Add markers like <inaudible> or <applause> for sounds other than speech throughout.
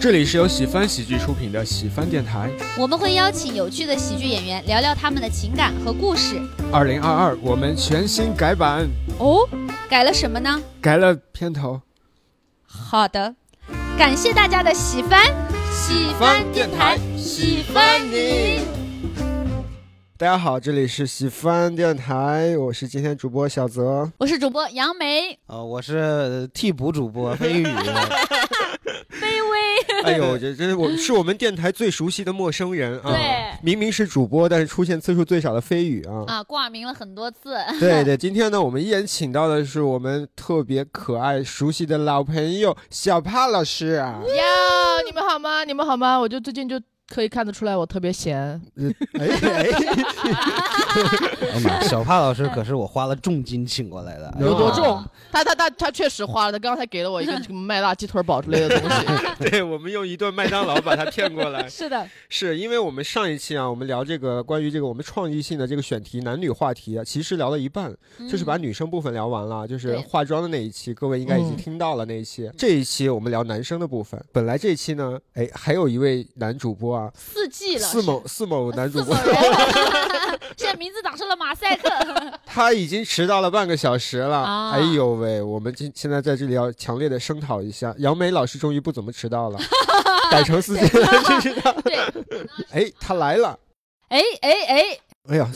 这里是由喜翻喜剧出品的喜翻电台。我们会邀请有趣的喜剧演员聊聊他们的情感和故事。二零二二，我们全新改版，哦，改了什么呢？改了片头。好的，感谢大家的喜欢，喜欢电台，喜欢你。大家好，这里是喜翻电台，我是今天主播小 <laughs> 泽。我是主播杨梅，呃，我是替补主播飞宇， <laughs> 哎卑微，哎呦，这这是我是我们电台最熟悉的陌生人啊！对明明是主播，但是出现次数最少的飞宇啊！啊，挂名了很多次，对对，今天呢，我们依然请到的是我们特别可爱、熟悉的老朋友小帕老师啊。哟，你们好吗？你们好吗？我就最近就可以看得出来，我特别闲。哎哎，哎妈小帕老师可是我花了重金请过来的，哎呀有多重？啊他他他他确实花了，他刚才给了我一个什么麦辣鸡腿堡之类的东西。 <laughs> 对我们用一顿麦当劳把他骗过 <laughs> 来，是的，是因为我们上一期啊，我们聊这个关于这个我们创意性的这个选题男女话题啊，其实聊了一半，嗯就是嗯把女生部分聊完了，就是对化妆的那一期，各位应该已经嗯听到了那一期。这一期我们聊男生的部分。本来这一期呢，哎，还有一位男主播啊，四季了，四某四某男主播，四某人 <laughs> 现在名字打上了马赛克，他已经迟到了半个小时了。啊哎呦喂，我们今现在在这里要强烈的声讨一下，杨梅老师终于不怎么迟 <laughs> 到了，改成四季了，真是的。对，哎，他来了，哎哎哎，哎呀，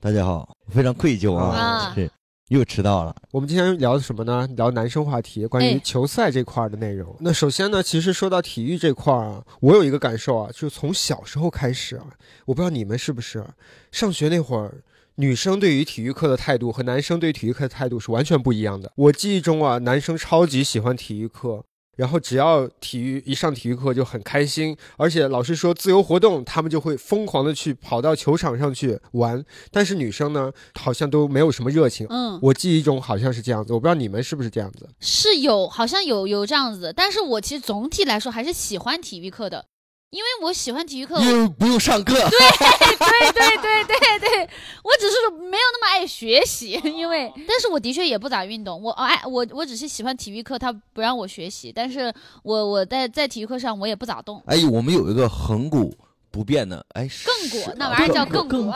大家好，非常愧疚啊啊，是又迟到了。我们今天聊什么呢？聊男生话题，关于哎球赛这块儿的内容。那首先呢，其实说到体育这块儿啊，我有一个感受啊，就从小时候开始啊，我不知道你们是不是，上学那会儿。女生对于体育课的态度和男生对体育课的态度是完全不一样的。我记忆中啊，男生超级喜欢体育课，然后只要体育一上体育课就很开心，而且老师说自由活动，他们就会疯狂的去跑到球场上去玩。但是女生呢，好像都没有什么热情，嗯，我记忆中好像是这样子，我不知道你们是不是这样子。是有，好像有有这样子，但是我其实总体来说还是喜欢体育课的，因为我喜欢体育课，又不用上课，对对对对对，我只是没有那么爱学习，因为哦但是我的确也不咋运动，我哦爱我我只是喜欢体育课，他不让我学习，但是我我在在体育课上我也不咋动。哎，我们有一个恒古不变的，哎，亘是古那玩意儿叫亘古， <laughs>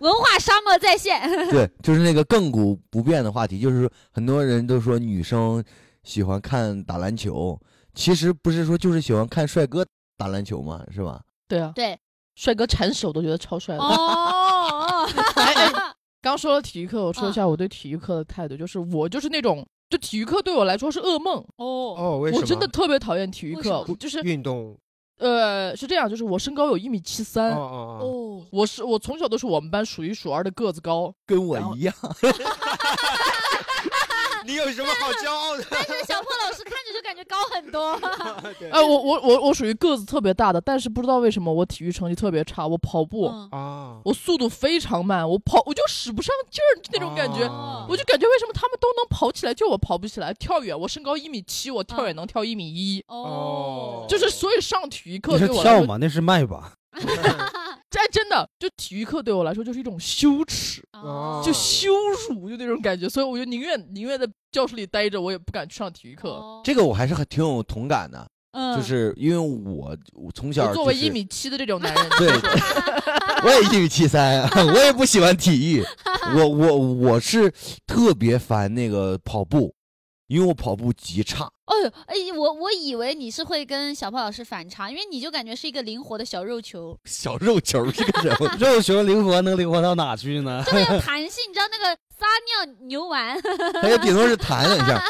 文化沙漠再现。对，就是那个亘古不变的话题，就是说很多人都说女生喜欢看打篮球，其实不是说就是喜欢看帅哥打篮球嘛，是吧？对啊， <laughs> 对，帅哥缠手都觉得超帅的。 <laughs> 哦，哎哎，刚说了体育课，我说一啊下我对体育课的态度，就是我就是那种，就体育课对我来说是噩梦。哦，哦，为我真的特别讨厌体育为什课么，就是运动？呃是这样，就是我身高有一米七哦三，哦哦，我是我从小都是我们班数一数二的个子高，跟我一样，哦，你有什么好骄 <laughs> 傲的？但是小破老师看着就感觉高很多。对哎，我我我我属于个子特别大的，但是不知道为什么我体育成绩特别差， <laughs> 我跑步，嗯啊，我速度非常慢，我跑我就使不上劲儿那种感觉。啊我就 <laughs> 感觉为什么他们都能跑起来，就我跑不起来。跳远，我身高一米七，我跳远能跳一米一、哦就是所以上体育课那是对我来跳说，吗？那是迈吧？嗯哎，真的就体育课对我来说就是一种羞耻，哦就羞辱，就那种感觉。所以我就宁愿宁愿在教室里待着，我也不敢去上体育课。哦这个我还是很挺有同感的，嗯就是因为我我从小、我就是、作为一米七的这种男人，对， <laughs> 我也一米七三，我也不喜欢体育，我我我是特别烦那个跑步，因为我跑步极差。哎呦，哎，我我以为你是会跟小胖老师反差，因为你就感觉是一个灵活的小肉球，小肉球这个人， <laughs> 肉球灵活能灵活到哪去呢？这么 <laughs> 有弹性，你知道那个撒尿牛丸，他也顶多是弹了一下。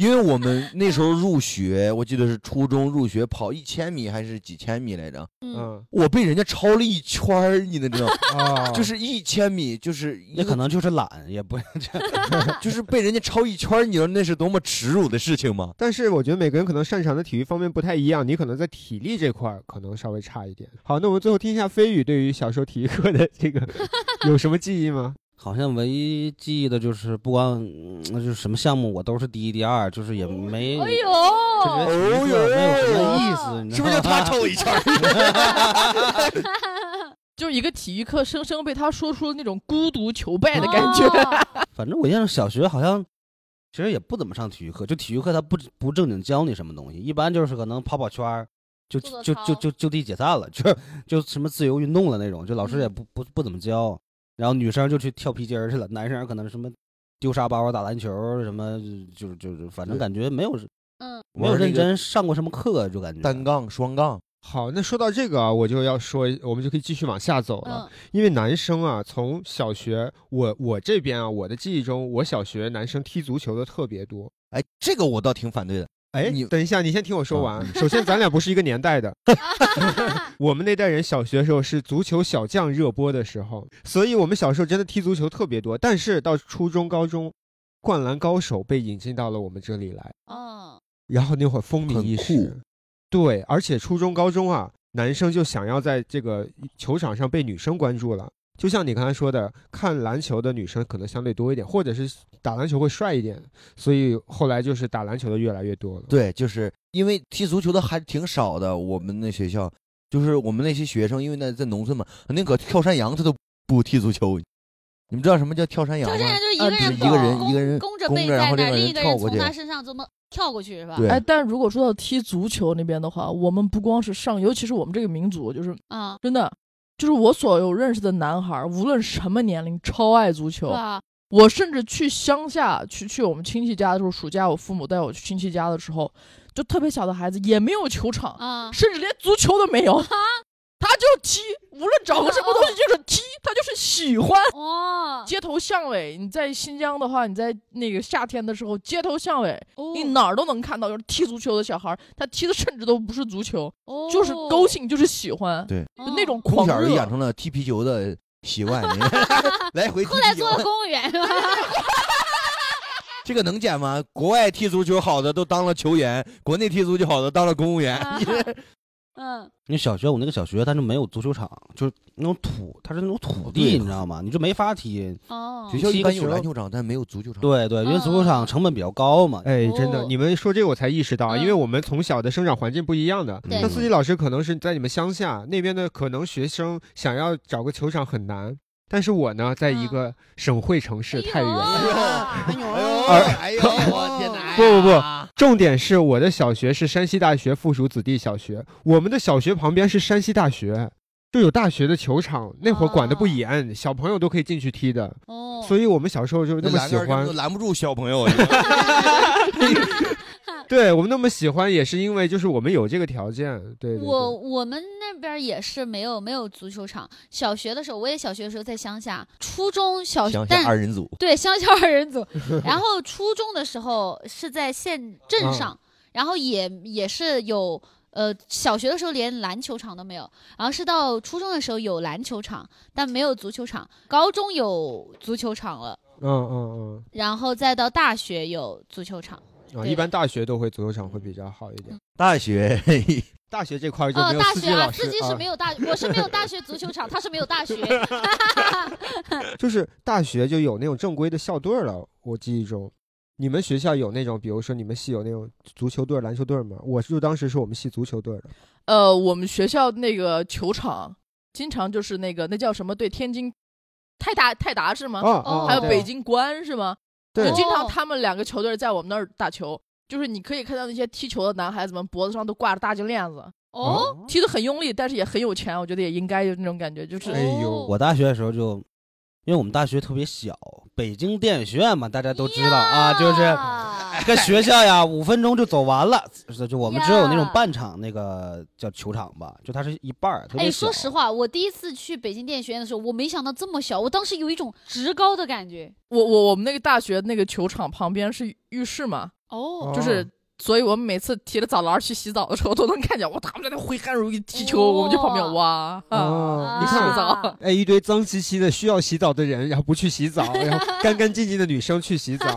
因为我们那时候入学，我记得是初中入学跑一千米还是几千米来着，嗯， <laughs> 嗯我被人家超了一圈儿，你能知道吗？啊，就是 <laughs> 一千米，就是一那可个能就是懒，也不就是被人家超一圈儿，你知道那是多么耻辱的事情吗？但是我觉得每个人可能擅长的体育方面不太一样，你可能在体力这块儿可能稍微差一点。好，那我们最后听一下飞宇对于小时候体育课的这 <laughs> 个有什么记忆吗？好像唯一记忆的就是不管嗯就是什么项目我都是第一第二，就是也没 <laughs> 哎就呦，觉得体育课没有什么意思，你知哎是不是就道他吗超我一圈儿？就是一个体育课 <laughs> 生生被他说出了那种孤独求败的感觉。哦反正我印象小学好像其实也不怎么上体育课，就体育课他不不正经教你什么东西，一般就是可能跑跑圈儿，就做做就操就就就地解散了，就就什么自由运动了那种，就老师嗯也不不不怎么教，然后女生就去跳皮筋儿去了，男生可能什么丢沙包、打篮球什么，就就是反正对感觉没有嗯，没有玩那认个真上过什么课，就感觉 <laughs> 单杠、双杠，好，那说到这个啊，我就要说，我们就可以继续往下走了。嗯因为男生啊，从小学，我我这边啊，我的记忆中，我小学男生踢足球的特别多。哎，这个我倒挺反对的。哎，你等一下，你嗯先听我说啊完。首先，咱俩不是一个年代的，我们那代人小学的时候是足球小将热播的时候，所以我们小时候真的踢足球特别多。但是到初中、高中，《灌篮高手》被引进到了我们这里来，哦，然后那会儿风靡很一酷时。对，而且初中、高中啊，男生就想要在这个球场上被女生关注了。就像你刚才说的，看篮球的女生可能相对多一点，或者是打篮球会帅一点，所以后来就是打篮球的越来越多了。对，就是因为踢足球的还挺少的，我们那学校就是我们那些学生，因为那在农村嘛，宁可跳山羊，他都不踢足球。你们知道什么叫跳山就羊这样，吗？就是一啊个就是人一个拱人一个人弓着弓背着然在后那另儿，外另人一个跳人过从去他身上这么跳过去是吧？对哎，但如果说到踢足球那边的话，我们不光是上，尤其是我们这个民族，就是啊，真的，就是我所有认识的男孩，无论什么年龄，超爱对足球。吧？我甚至去乡下，去去我们亲戚家的时候，暑假我父母带我去亲戚家的时候，就特别小的孩子也没有球场，啊，甚至连足球都没有，他就踢，无论找个什么东西就是踢，他就是喜欢。哦，街头巷尾，你在新疆的话，你在那个夏天的时候，街头巷尾哦你哪儿都能看到，就是踢足球的小孩儿，他踢的甚至都不是足球，哦就是勾兴，就是喜欢，对就那种哦从狂小就热。养成了踢皮球的习惯，你来回踢后来皮球做。了公务员，这个能减吗？国外踢足球好的都当了球员，国内踢足球好的当了公务员。啊 <laughs> 嗯，因为小学我那个小学它就没有足球场，就是那种土，它是那种土地，对嗯你知道吗？你就没法踢。哦学，校一般有踢个球篮球场，但没有足球场。对对，因为足球嗯场成本比较高嘛。哎，真的哦，你们说这个我才意识到啊，嗯因为我们从小的生长环境不一样的。对那司机老师可能是在你们乡下那边的，可能学生想要找个球场很难，但是我呢，在一嗯个省会城市太原。 <laughs> 哎呦而哎呦，我天哪！不不不，重点是我的小学是山西大学附属子弟小学，我们的小学旁边是山西大学，就有大学的球场，那会儿管得不严，小朋友都可以进去踢的，哦，所以我们小时候就那么栏喜杆根欢本都。拦不住小朋友。啊对我们那么喜欢，也是因为就是我们有这个条件。对对对我我们那边儿也是没有没有足球场。小学的时候，我也小学的时候在乡下，初中小乡下哦但二人组， <laughs> 对乡下 <laughs> 二人组，然后初中的时候是在县镇嗯上，然后也也是有。呃，小学的时候连篮球场都没有，然后是到初中的时候有篮球场，但没有足球场。高中有足球场了，嗯嗯然后再到大学有足球场。嗯，啊，对嗯一般大学都会足球场会比较好一点。大学大学这块儿就哦没，有大司学机啊，老师，司机是没有大，我是没有大学足球场，他是没有 <laughs> 大学。啊就是大学就有那种正规的校队儿了。我记忆中，你们学校有那种，比如说你们系有那种足球队儿、篮球队儿吗？我就当时是我们系足球队儿的。呃，我们学校那个球场，经常就是那个那叫什么队，天津泰达泰达是吗？啊啊，哦还有对北京国安是吗？对就经常哦他们两个球队在我们那儿打球，就是你可以看到那些踢球的男孩子们脖子上都挂着大金链子，哦，踢得很用力，但是也很有钱，我觉得也应该就是那种感觉，就是哎呦哦我大学的时候就，因为我们大学特别小，北京电影学院嘛，大家都知道啊，就是呀这个学 <laughs> 校呀，五分钟就走完了。就就我们呀只有那种半场那个叫球场吧，就它是一半儿，特别哎，小。说实，话，我第一次去北京电影学院的时候，我没想到这么小，我当时有一种职高的感觉。我我我们那个大学那个球场旁边是浴室嘛，哦，就是。所以我们每次提着澡篮儿去洗澡的时候，都能看见哇，他们在那挥汗如雨踢球，我们就旁边哇啊，哦，啊你是看不。是啊 <laughs> 哎，一堆脏兮兮的需要洗澡的人，然后不去洗澡，然后干干净净的女生去洗澡， <laughs>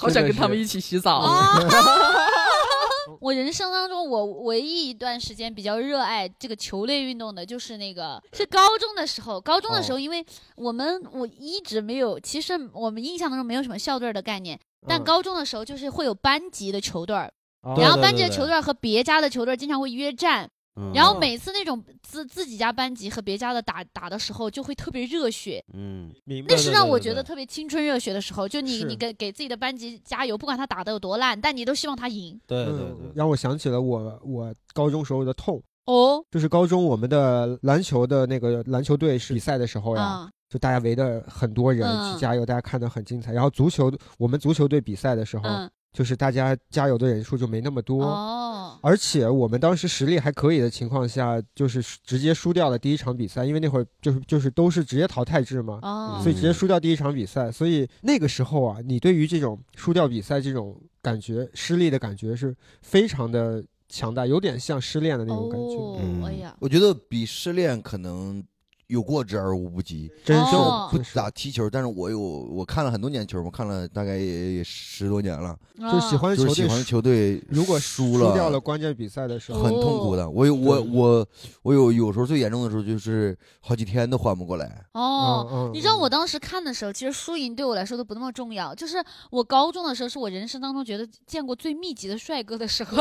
好想跟他们一起啊洗澡。嗯哦我人生当中，我唯一一段时间比较热爱这个球类运动的，就是那个是高中的时候。高中的时候，哦因为我们我一直没有，其实我们印象当中没有什么校队的概念，但嗯高中的时候就是会有班级的球队儿，哦然后对班对级的对球队儿和别家的球队儿经常会约战，嗯然后每次那种自自己家班级和别家的打打的时候，就会特别热血，嗯明白那了是对让对我对觉得特别青春热血的时候。就你是你给给自己的班级加油，不管他打的有多烂，但你都希望他赢。对对嗯对，让我想起了我我高中时候的痛，哦，就是高中我们的篮球的那个篮球队是比赛的时候呀，啊，就大家围的很多人嗯去加油，大家看的很精彩。然后足球我们足球队比赛的时候，嗯，就是大家加油的人数就没那么多。哦，而且我们当时实力还可以的情况下，就是直接输掉了第一场比赛，因为那会儿就是就是都是直接淘汰制嘛，哦，所以直嗯接输掉第一场比赛。所以那个时候啊，你对于这种输掉比赛这种感觉失利的感觉是非常的强大，有点像失恋的那种感觉，哦嗯哎呀， <laughs> 我觉得比失恋可能有过之而无不及。真是、哦不真是咋踢球，但是我有我看了很多年球，我看了大概也也十多年了，嗯就是喜欢嗯就球是队喜欢输球队如果输了了，哦输掉了关键比赛的时候，很痛苦的。我有我我我有有时候最严重的时候就是好几天都缓不过来。啊哦。嗯嗯、你知道我嗯当时看的时候，其实输赢对我来说都不那么重要。就是我高中的时候，是我人生当中觉得见过最密集的帅哥的 <laughs> 时候，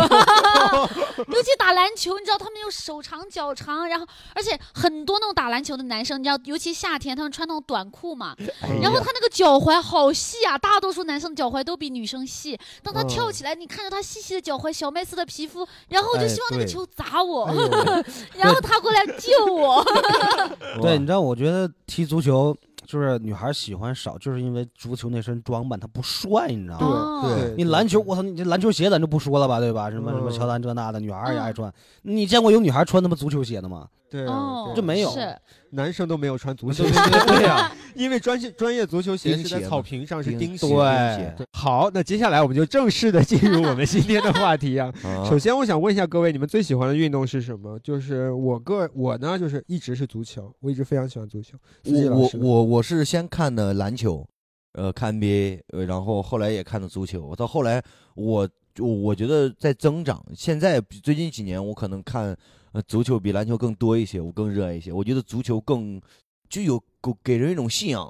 尤其打篮球，你知道他们又手长脚长，然后而且很多那种打篮球的男生，你知道，尤其夏天他们穿那种短裤嘛，哎然后他那个脚踝好细啊，大多数男生的脚踝都比女生细。当嗯他跳起来，你看着他细细的脚踝，小麦色的皮肤，然后我就哎希望那个对球砸我，哎 <laughs> 呦然后他过来救我。哦对，你知道，我觉得踢足球就是女孩喜欢少，就是因为足球那身装扮它不帅，你知道吗？哦对对你篮球，我操！你这篮球鞋咱就不说了吧，对吧？什么什么嗯乔丹这那的，女孩也爱嗯穿。你见过有女孩穿他妈足球鞋的吗？对啊哦，对这啊没有是男生都没有穿足球对鞋，对对呀， <laughs> 因为专业专业足球鞋钉是鞋在嘛草坪上是钉钉鞋鞋。对对好，那接下来我们就正式的进入我们今天的话题啊。啊首先，我想问一下各位，你们最喜欢的运动是什么？就是我个我呢，就是一直是足球，我一直非常喜欢足球。司机我老我师呢我我是先看的篮球，呃，看 NBA，呃，然后后来也看的足球，到后来我我我觉得在增长。现在比最近几年，我可能看呃足球比篮球更多一些，我更热爱一些。我觉得足球更具有给给人一种信仰。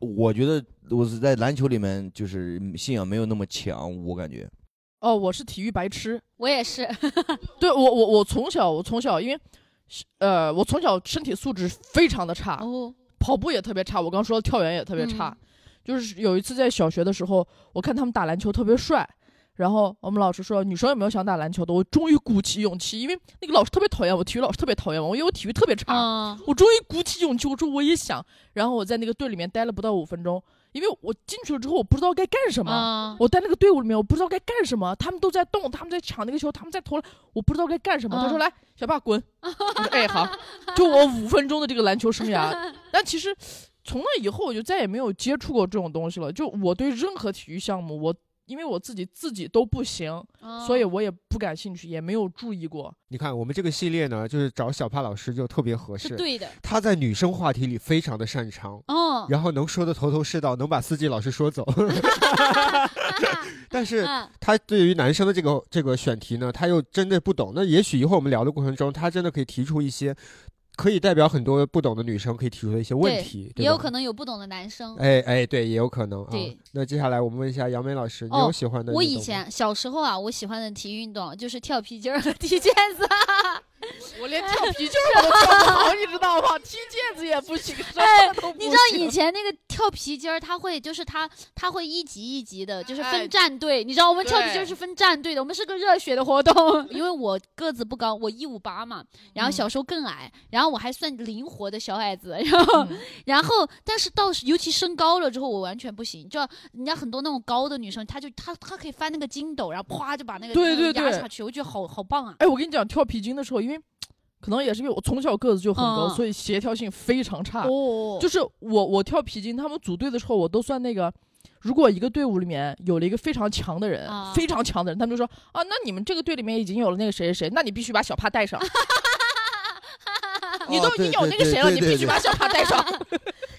我觉得我是在篮球里面就是信仰没有那么强，我感觉。哦，我是体育白痴，我也是，对我我我从小我从小因为是。呃，我从小身体素质非常的差，哦，跑步也特别差，我刚说跳远也特别差。嗯就是有一次在小学的时候，我看他们打篮球特别帅，然后我们老师说女生有没有想打篮球的？我终于鼓起勇气，因为那个老师特别讨厌我，体育老师特别讨厌我，因为我体育特别差。嗯，我终于鼓起勇气，我说我也想。然后我在那个队里面待了不到五分钟，因为我进去了之后我不知道该干什么。啊，我在那个队伍里面，我不知道该干什么，他们都在动，他们在抢那个球，他们在投篮，我不知道该干什么。嗯他说：“来，小霸 <laughs> 滚。”我说：“哎，好。”就我五分钟的这个篮球生涯，但其实从那以后我就再也没有接触过这种东西了。就我对任何体育项目，我因为我自己自己都不行，嗯所以我也不感兴趣，也没有注意过。你看，我们这个系列呢，就是找小帕老师就特别合是适。对的，他在女生话题里非常的擅长，哦，然后能说的头头是道，能把司机老师说走。但是啊他对于男生的这个这个选题呢，他又真的不懂。那也许以后我们聊的过程中，他真的可以提出一些可以代表很多不懂的女生可以提出的一些问题，也有能。可能有不懂的男生。哎哎，对，也有可能啊对。那接下来我们问一下杨梅老师，你哦有喜欢的运动吗？我以前小时候啊，我喜欢的体育运动就是跳皮筋儿和踢毽 <laughs> 子。我 <laughs> 连跳皮筋儿我都跳不好，你知道吗？踢毽子也不行，什么都不你行。知道以前那个跳皮筋儿，他会就是他他会一级一级的，就是哎分战队。你知道我们跳皮筋儿对是分战队的，我们是个热血的活动。因为我个子不高，我一五八嘛，然后嗯小时候更矮，然后我还算灵活的小矮子，然后嗯然后，但是到尤其升高了之后，我完全不行。就人家很多那种高的女生，她就她她可以翻那个筋斗，然后啪就把那个对那个对压对下去，我觉得好好棒啊！哎，我跟你讲，跳皮筋的时候，因为可能也是因为我从小个子就很高，嗯所以协调性非常差。哦就是我我跳皮筋，他们组队的时候，我都算那个。如果一个队伍里面有了一个非常强的人，啊非常强的人，他们就说啊，那你们这个队里面已经有了那个谁谁谁，那你必须把小帕 <laughs> 带上。你都已经有那个谁了，哦对对对你必须把小帕 <laughs> 带上。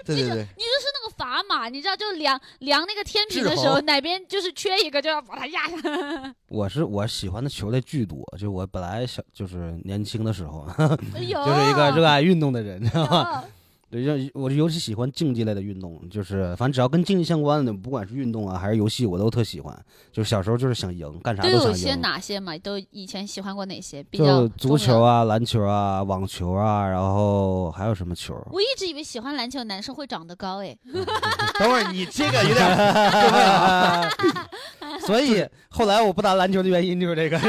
对对对，你就是那个砝码，你知道，就量量那个天平制的衡时候，哪边就是缺一个，就要把它压下 <laughs> 来。我是我喜欢的球类巨多，就我本来小就是年轻的时候 <laughs> 哎呦，就是一个热爱运动的人，知道吗？啊 <laughs> 对，让我尤其喜欢竞技类的运动，就是反正只要跟竞技相关的，不管是运动啊还是游戏，我都特喜欢。就是小时候就是想赢，干啥都想赢。有些哪些嘛？都以前喜欢过哪些？比较就足重球要。啊、篮球啊、网球啊，然后还有什么球？我一直以为喜欢篮球的男生会长得高哎， <laughs> 等会儿你这个有点过分了啊。 <laughs> 所以后来我不打篮球的原因就是这 <laughs> 个。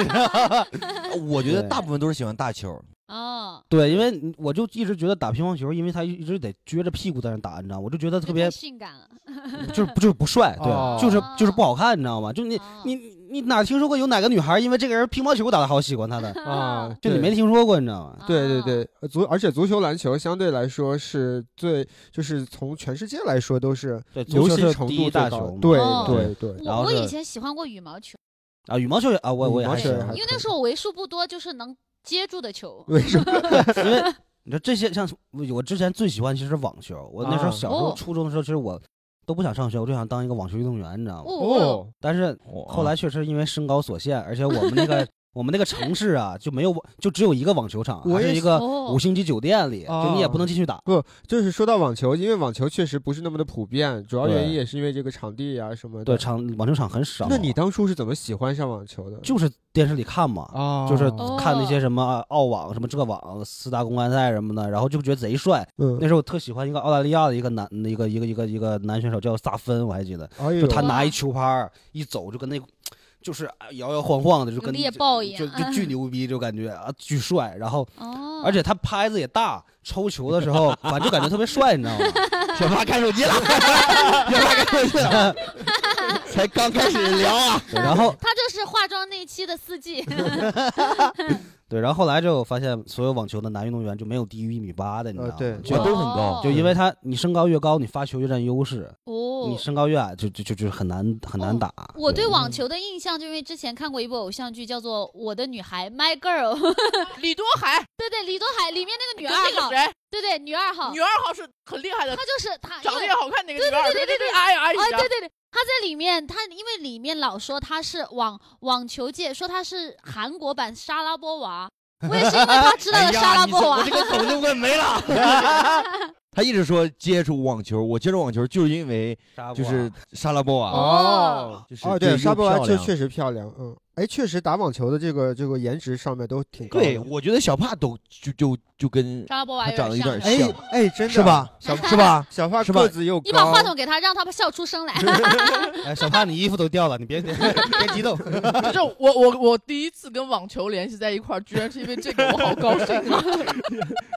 <laughs> 我觉得对大部分都是喜欢大球，哦，对，因为你我就一直觉得打乒乓球，因为他一直得撅着屁股在那打，你知道吗，我就觉得特这别太性感了。就是不就是不帅，对，哦就是就是不好看，你知道吗？就你哦你你哪听说过有哪个女孩因为这个人乒乓球打得好喜欢他的？啊，就你对没听说过，你知道吗？对啊对哦对，呃足而且足球、篮球相对来说是最，就是从全世界来说都是对，足流球行是程第度一最大高球的嘛，对哦对对， <laughs> 然我后我是以前喜欢过羽毛球，啊，羽毛球也啊，我我也羽毛还球行也，还因为那时候为数不多就是能接住的球。为什么？ <laughs> 因为你说这些像我我之前最喜欢其实是网球，我那时候啊小时候哦初中的时候，其实我都不想上学，我就想当一个网球运动员，你知道吗？哦，但是后哦来确实因为身高所限，而且我们 <laughs> 那个我们那个城市啊，就没有网，就只有一个网球场，我还也是一个哦五星级酒店里，就你也哦不能进去打。不，就是说到网球，因为网球确实不是那么的普遍，主要原因对也是因为这个场地啊什么的。对，场网球场很少。那你当初是怎么喜欢上网球的？就是电视里看嘛，啊就是哦看那些什么澳网、什么浙网、四大公开赛什么的，然后就觉得贼帅。嗯那，时候我特喜欢一个澳大利亚的一个男，一个一个一个一个男选手叫萨芬，我还记得，哎就呦，他拿啊一球拍儿一走就跟那，就是啊摇摇晃晃的，就跟猎豹一样就就巨牛逼，就感觉啊巨帅。然后哦，而且他拍子也大，抽球的时候反正就感觉特别帅，你知 <laughs> 道吗？ <laughs> 小发看手机了，小发看手 <laughs> 机了，才刚开始聊啊。 <laughs> 对然后他这是化妆那期的四季。对，然后后来就发现所有网球的男运动员就没有低于一米八的，你知道吗？呃对就我都很高哦就因为他你身高越高，你发球越占优势，哦你，身高越矮就就就就很难很难哦打。我对网球的印象，就因为之前看过一部偶像剧，叫做《我的女孩》（My Girl）。 <laughs> 李多海对对，李多海里面那个女跟二那号个，谁，对对，女二号，女二号是很厉害的她，就是她，长因得为也好看那个女二号，对对对对对对，哎呀哎啊，呀，对对对，他在里面，他因为里面老说他是网网球界，说他是韩国版莎拉波娃，我也是因为他知道哎了莎呀，拉你波这娃我这。个梗就快没了。 <laughs> 他一直说接触网球，我接触网球就是因为就是莎拉波啊娃，哦就是哦，对，又沙波娃漂确亮确实漂亮，嗯，哎，确实打网球的这个这个颜值上面都挺高的。对，我觉得小帕都就就就跟莎拉波娃他有长得有像点是吧，哎像，哎，真的是吧？小是吧？ <laughs> 小发是吧个子又高，你把话筒给他，让他笑出声来。 <laughs> 哎，小胖，你衣服都掉了，你别别 <laughs> 别激动。这我我我第一次跟网球联系在一块儿，居然是因为这个，我好高兴啊！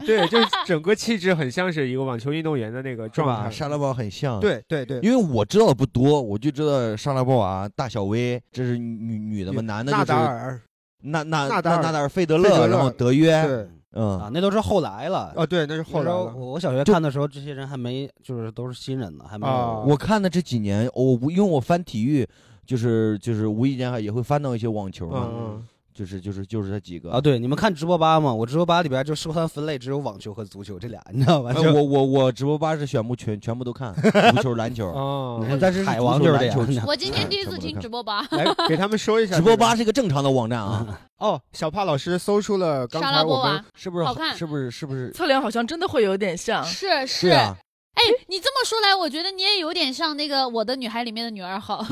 对，就是整个气质很像是一个网球运动员的那个是状吧？态。莎拉波娃很像。。对对对，因为我知道的不多，我就知道莎拉波娃、大小威，这是女女的嘛，男的就纳是达尔，纳纳纳达尔纳达尔费德费德勒，勒然后德约，对，嗯，啊，那都是后来了。哦对，那是后那时来候了我我小学看的时候，这些人还没就是都是新人呢，还没有。啊我看的这几年，我无因为我翻体育，就是就是无意间还也会翻到一些网球嘛，嗯就是就是就是这几个啊，。对，你们看直播吧吗？我直播吧里边就收藏分类只有网球和足球这俩，你知啊道吧？哎就我我我直播吧是全部全全部都 <laughs> 看，足球、篮球，哦，但是嗯海王就是这样足球篮的球我今天第一次听直播吧，来给他们说一下直播吧这是一个正常的网站啊，个哦，小帕老师搜出了刚莎才拉波我们娃是不是好看是不是是不 <laughs> 是？侧脸好像真的会有点像，是是。对啊，哎，你这么说来，我觉得你也有点像那个《我的女孩》里面的女 <laughs> 二号，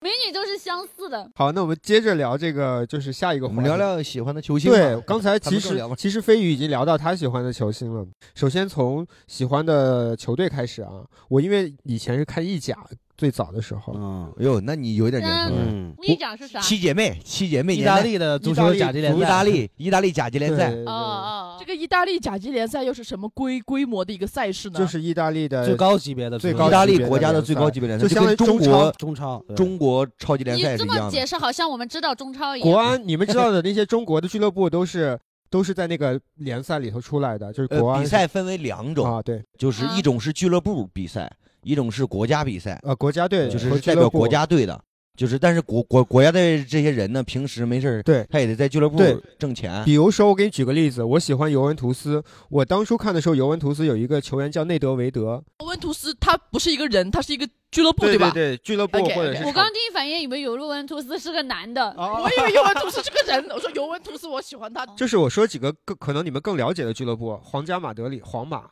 美女都是相似的。好，那我们接着聊这个，就是下一个我环们节聊。聊喜欢的球星吧。对，刚才咱其们更实聊吧其实飞宇已经聊到他喜欢的球星了。首先从喜欢的球队开始啊，我因为以前是看意甲最早的时候，嗯哎呦，那你有点年头了。嗯，无意长是啥？七姐妹，七姐妹意年大代，利的足意大球利甲级联赛，意大利，意大利甲级联赛，对哦哦，这哦个意大利甲级联赛又是什么规规模的一个赛事呢？就是意大利的最高级别的最足球高意级大利别的国家的联最赛高级别联赛，就相当于跟中中国超中超对中国超级联你赛是这一样么的解。释，好像我们知道中超一样。国安，你们知道的那些中国的俱乐部都是 <laughs> 都是在那个联赛里头出来的，就是国安是、呃，比赛分为两种，啊，对，就是啊一种是俱乐部比赛，一种是国家比赛，呃，国家队就是和是俱代乐表部国家队的。就是，但是国国国家队这些人呢，平时没事儿对他也得在俱乐部对挣钱。比如说，我给你举个例子，我喜欢尤文图斯。我当初看的时候，尤文图斯有一个球员叫内德维德，尤文图斯，它不是一个人，它是一个俱乐部，吧？对，俱乐 OK，OK 我刚第一反应以为尤文图斯是个男的，啊我，以为尤文图斯是个人， <laughs> 我说尤文图斯，我喜欢他。就是我说几个更可能你们更了解的俱乐部，皇家马德里、皇马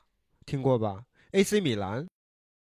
听过吧？AC 米兰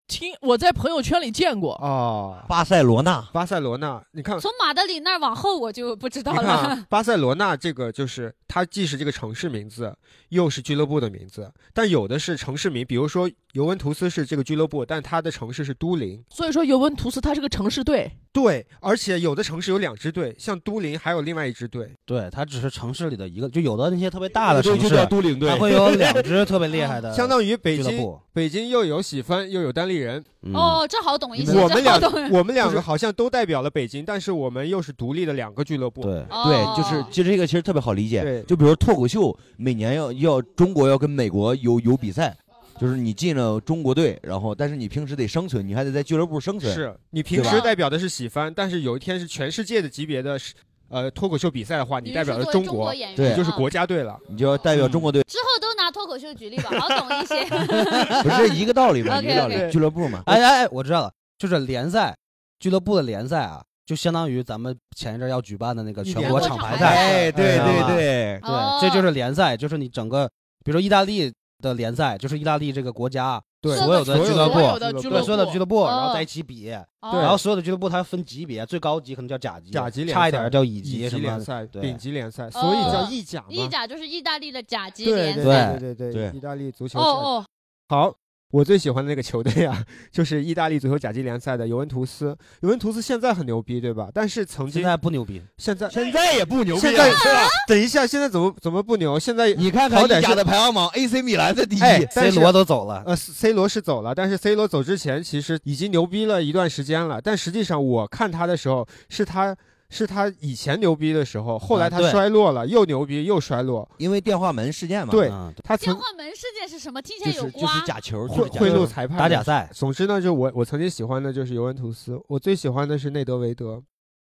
听我在朋友圈里见过，哦，巴塞罗那巴塞罗那，你看，从马德里那儿往后我就不知道你看了啊。， <laughs> 巴塞罗那这个就是它既是这个城市名字，又是俱乐部的名字，但有的是城市名，比如说尤文图斯是这个俱乐部，但它的城市是都灵。所以说尤文图斯它是个城市队，对，而且有的城市有两支队，像都灵还有另外一支队。对，它只是城市里的一个，就有的那些特别大的对城就市，叫都灵队它，会有两支特别厉害的相当于北呃俱乐京，部。北京又有喜欢又有单立人，嗯，哦，这好懂一些，我们这好两懂。我们两不是个好像都代表了北京，但是我们又是独立的两个俱乐部。对，对，就是哦就这个其实特别好理解。对就比如脱口秀，每年要要中国要跟美国有有比赛，就是你进了中国队，然后但是你平时得生存，你还得在俱乐部生存。是你平对时吧代表的是喜欢，但是有一天是全世界的级别的是，呃，脱口秀比赛的话，你代表的是作为中中国国，演员，对就是啊国家队了。你就要代表中国队，之后都拿脱口秀举例吧，好懂一 <laughs> 些。 <laughs> 不是一个道理嘛？一 <laughs> OK，个道 OK 理，俱乐部嘛。哎哎哎，我知道了，就是联赛，俱乐部的联赛啊，就相当于咱们前一阵儿要举办的那个一全年国多厂场牌牌赛。哎，对哎对对，对哦，这就是联赛，就是你整个，比如说意大利的联赛，就是意大利这个国家对所所有的所俱有乐的所有部，的俱俱乐对乐部所有的俱乐部，哦然后在一起比，哦对然后所有的俱乐部它分级别，最高级可能叫甲级，甲级联赛差一点儿叫乙乙级级什么联的。赛、对丙级联赛，所以叫意甲意嘛。甲就是意大利的甲级对联对赛。赛对对对意大利足球哦甲。哦，好，我最喜欢的那个球队啊，就是意大利足球甲级联赛的尤文图斯。尤文图斯现在很牛逼，对吧？但是曾现经在不牛逼，现在现在也不牛啊现在等一下，现在怎么怎么不牛？现在你看好看歹意甲是的排行榜，AC 米兰在第一。哎但 c 是罗都走了，呃，C 罗是走了，但是 C 罗走之前其实已经牛逼了一段时间了。但实际上我看他的时候，是他是他以前牛逼的时候，后来啊他对衰落了，又牛逼又衰落。因为电话门事件嘛，对嗯，他电曾话门事件是什么？听起来就有是就瓜是。假球，就贿是假球贿赂裁判打假的。赛，总之呢，就我我曾经喜欢的就是尤文图斯，我最喜欢的是内德维德，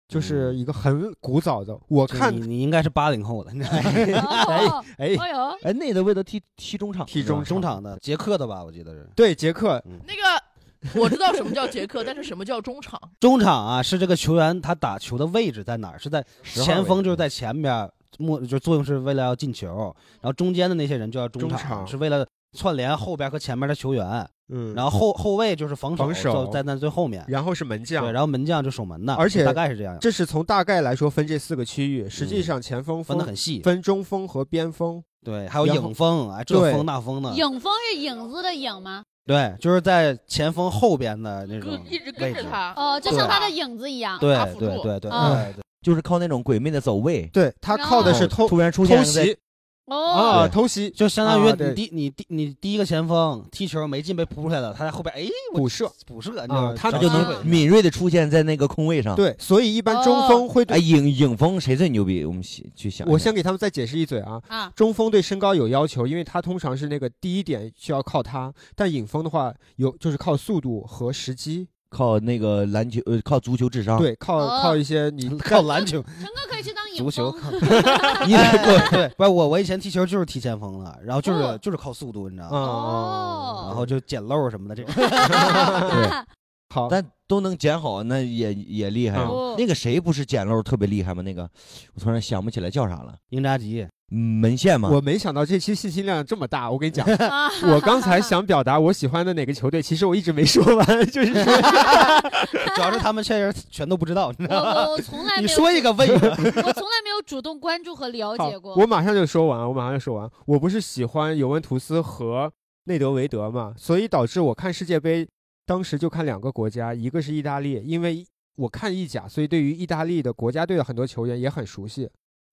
就是嗯一个很古早的。我就看你你应该是八零 <laughs> 后的，哦，哎，哎呦，哎，内德维德踢踢中场，踢是吧中中场的捷克的吧，我记得是对杰克那个我知道什么叫捷克，但是什么叫中场？中场啊，是这个球员他打球的位置在哪儿？是在十号前位锋就是在前边儿，末就作用是为了要进球，然后中间的那些人就叫中中场，场是为了串联后边和前面的球员，嗯，然后后后卫就是防守，防守就在那最后面，然后是门将对，，然后门将就守门的，而且大概是这样，这是从大概来说分这四个区域，实际嗯上前锋锋分得很细，分中锋和边锋。对，还有然后影锋啊，这对风那嗯风的，影风是影子的影吗？对，就是在前锋后边的那种跟一直位跟置着，他。哦，就对像他的影子一样。对打辅助嗯对对对啊对对，就是靠那种鬼魅的走位，对他靠的但是然偷后突然出现偷了在袭哦，啊，对偷袭就相当于啊对你第你第你第一个前锋踢球没进被扑出来了，他在后边哎我补射。补射，你知道啊吗他找就机能会敏锐的出现在那个空位上。，对，所以一般中哦锋会哎，对。影影锋谁最牛逼？我们去去想一下。我先给他们再解释一嘴啊，啊，中锋对身高有要求，因为他通常是那个第一点需要靠他，但影锋的话有就是靠速度和时机，靠那个篮球，呃，靠足球智商。，对，靠哦靠一些你 <laughs> 靠篮 <laughs> 球、陈哥可以去当影足球，风。靠你得过哎对对，不是我我以前踢球就是踢前锋了，然后就是、哦就是靠速度，你知道吗？啊，然后就捡漏什么的，这种对，好，但都能捡好，那也也厉害啊嗯。那个谁不是捡漏特别厉害吗？那个我突然想不起来叫啥了，英扎 <laughs> 吉，嗯门线嘛。我没想到这期信息量这么大，我跟你讲， <laughs> 啊 <laughs> 我刚才想表达我喜欢的哪个球队，其实我一直没说完， <laughs> 就是说主要是他们这些人全都不知道，你 <laughs> 知我道吗？我我从来没你有说一个问一个， <laughs> 我从来没有主动关注和了好解过。我马上就说完，我马上就说完。我不是喜欢尤文图斯和内德维德嘛，所以导致我看世界杯，当时就看两个国家，一个是意大利，因为我看意甲，所以对于意大利的国家队的很多球员也很熟悉。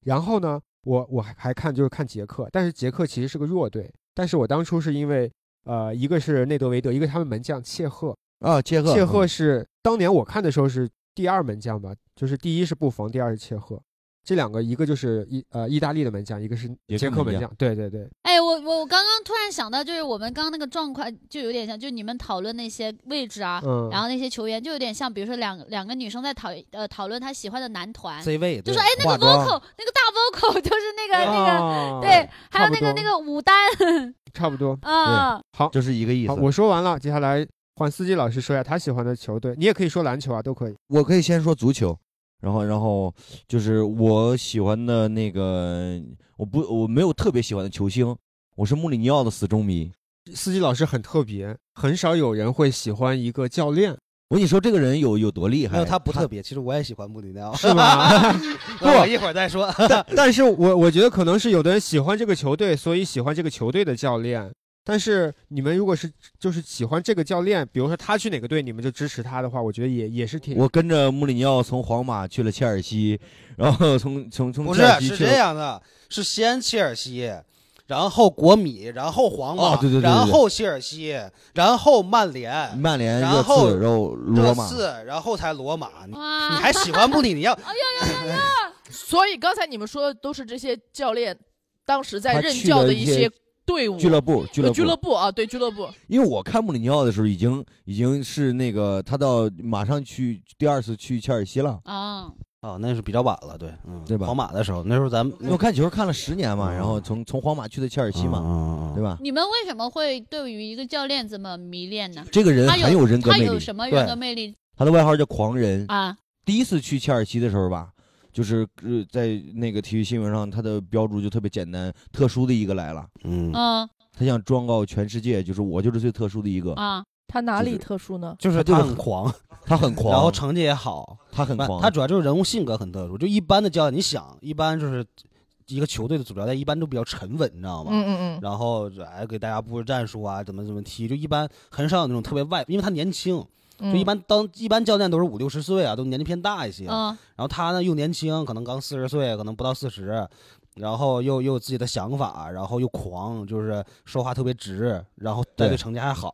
然后呢，我我还还看就是看捷克，但是捷克其实是个弱队，但是我当初是因为呃，一个是内德维德，一个他们门将切赫，啊，切赫，切赫嗯是当年我看的时候是第二门将吧，就是第一是布冯，第二是切赫，这两个一个就是意呃意大利的门将，一个是捷克捷克门门将将，对对对，哎，我我我刚刚突然想到，就是我们刚刚那个状况就有点像，就你们讨论那些位置啊，嗯，然后那些球员就有点像，比如说两两个女生在讨呃讨论她喜欢的男团， C 位就对说哎那化个妆 vocal 那个大 vocal <laughs> 就是那个那个。啊对，还有差那不个多那个舞担 <laughs> 差不多。啊，就是一个意思好，。我说完了，接下来换司机老师说一下他喜欢的球队，你也可以说篮球啊，都可以。我可以先说足球，然后然后就是我喜欢的那个，我不我没有特别喜欢的球星，我是穆里尼奥的死忠迷。司机老师很特别，很少有人会喜欢一个教 <laughs> 练，我跟你说，这个人有有多厉还害？有他不特别，其实我也喜欢穆里尼 <laughs> 奥。是吗？不我一会儿再说。但但是我我觉得可能是有的人喜欢这个球队，所以喜欢这个球队的教练。但是你们如果是就是喜欢这个教练，比如说他去哪个队，你们就支持他的话，我觉得也也是挺我跟着穆里尼奥从皇马去了切尔西，然后从从从不切是尔，西是去了这样的，是先切尔西，然后国米，然后皇马，哦对对对对然后切尔西，然后曼联，曼联、然热后刺、然后罗热马，刺，然后才罗马。你你哇，还喜欢穆里尼奥？所以刚才你们说的都是这些教练当时在他任去教了的一一些些队伍、俱乐部俱呃乐部俱乐部啊，对俱乐部，因为我看穆里尼奥的时候，已经已经是那个他到马上去第二次去切尔西了。啊，哦，那是比较晚了，对，嗯，对吧皇马的时候，那时候咱们因为我看球看了十年嘛，嗯然后从从皇马去的切尔西嘛，嘛嗯对？吧？你们为什么会对于一个教练这么迷恋呢？这个人他很有人格他魅有力，什么对人格魅力他的外号叫狂人。啊？第一次去切尔西的时候吧，就是呃在那个体育新闻上，他的标注就特别简单，特殊的一个来了，嗯，哦嗯他想状告全世界，就是我就是最特殊的一个，啊，他哪就是里特殊呢？就他是就他是很狂，他很狂，然后成绩也好，他很狂，他主要就是人物性格很特殊。就一般的教练，你想，一般就是一个球队的主教练，一般都比较沉稳，你知道吗？嗯嗯嗯，然后哎给大家布置战术啊，怎么怎么踢，就一般很少有那种特别外，因为他年轻，就嗯一般当一般教练都是五六十岁啊，都年龄偏大一些。然嗯后他呢又年轻，可能刚四十岁，可能不到四十，然后又又有自己的想法，然后又狂，就是说话特别直，然后带对队成绩还好，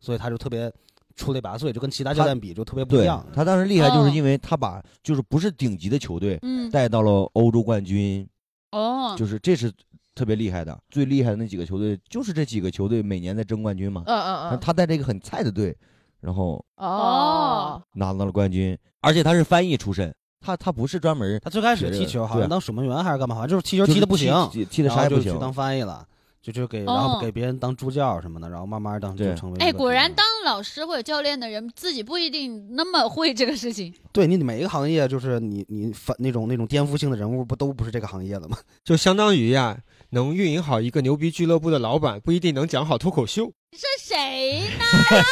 所以他就特别出类拔萃，就跟其他教练比就特别不一对样。，他当时厉害就是哦因为他把就是不是顶级的球队嗯，带到了欧洲冠军，哦，就是这是特别厉害的。最厉害的那几个球队就是这几个球队每年在争冠军嘛。嗯嗯嗯，他带着一个很菜的队，然后哦，拿到了冠军，而且他是翻译出身，他他不是专门他最开始踢球好像对当守门员还是干嘛，反正就是踢球就是踢的不行，踢踢的然啥后也就不去行。当翻译了，就就给哦然后给别人当助教什么的，然后慢慢当对就成为一个哎，果然这当样老师或者教练的人自己不一定那么会这个事情。 <laughs> 对你每一个行业就是你你反那种那种颠覆性的人物不都不是这个行业的吗？就相当于呀、能运营好一个牛逼俱乐部的老板，不一定能讲好脱口秀。这谁 <laughs> 呢？呀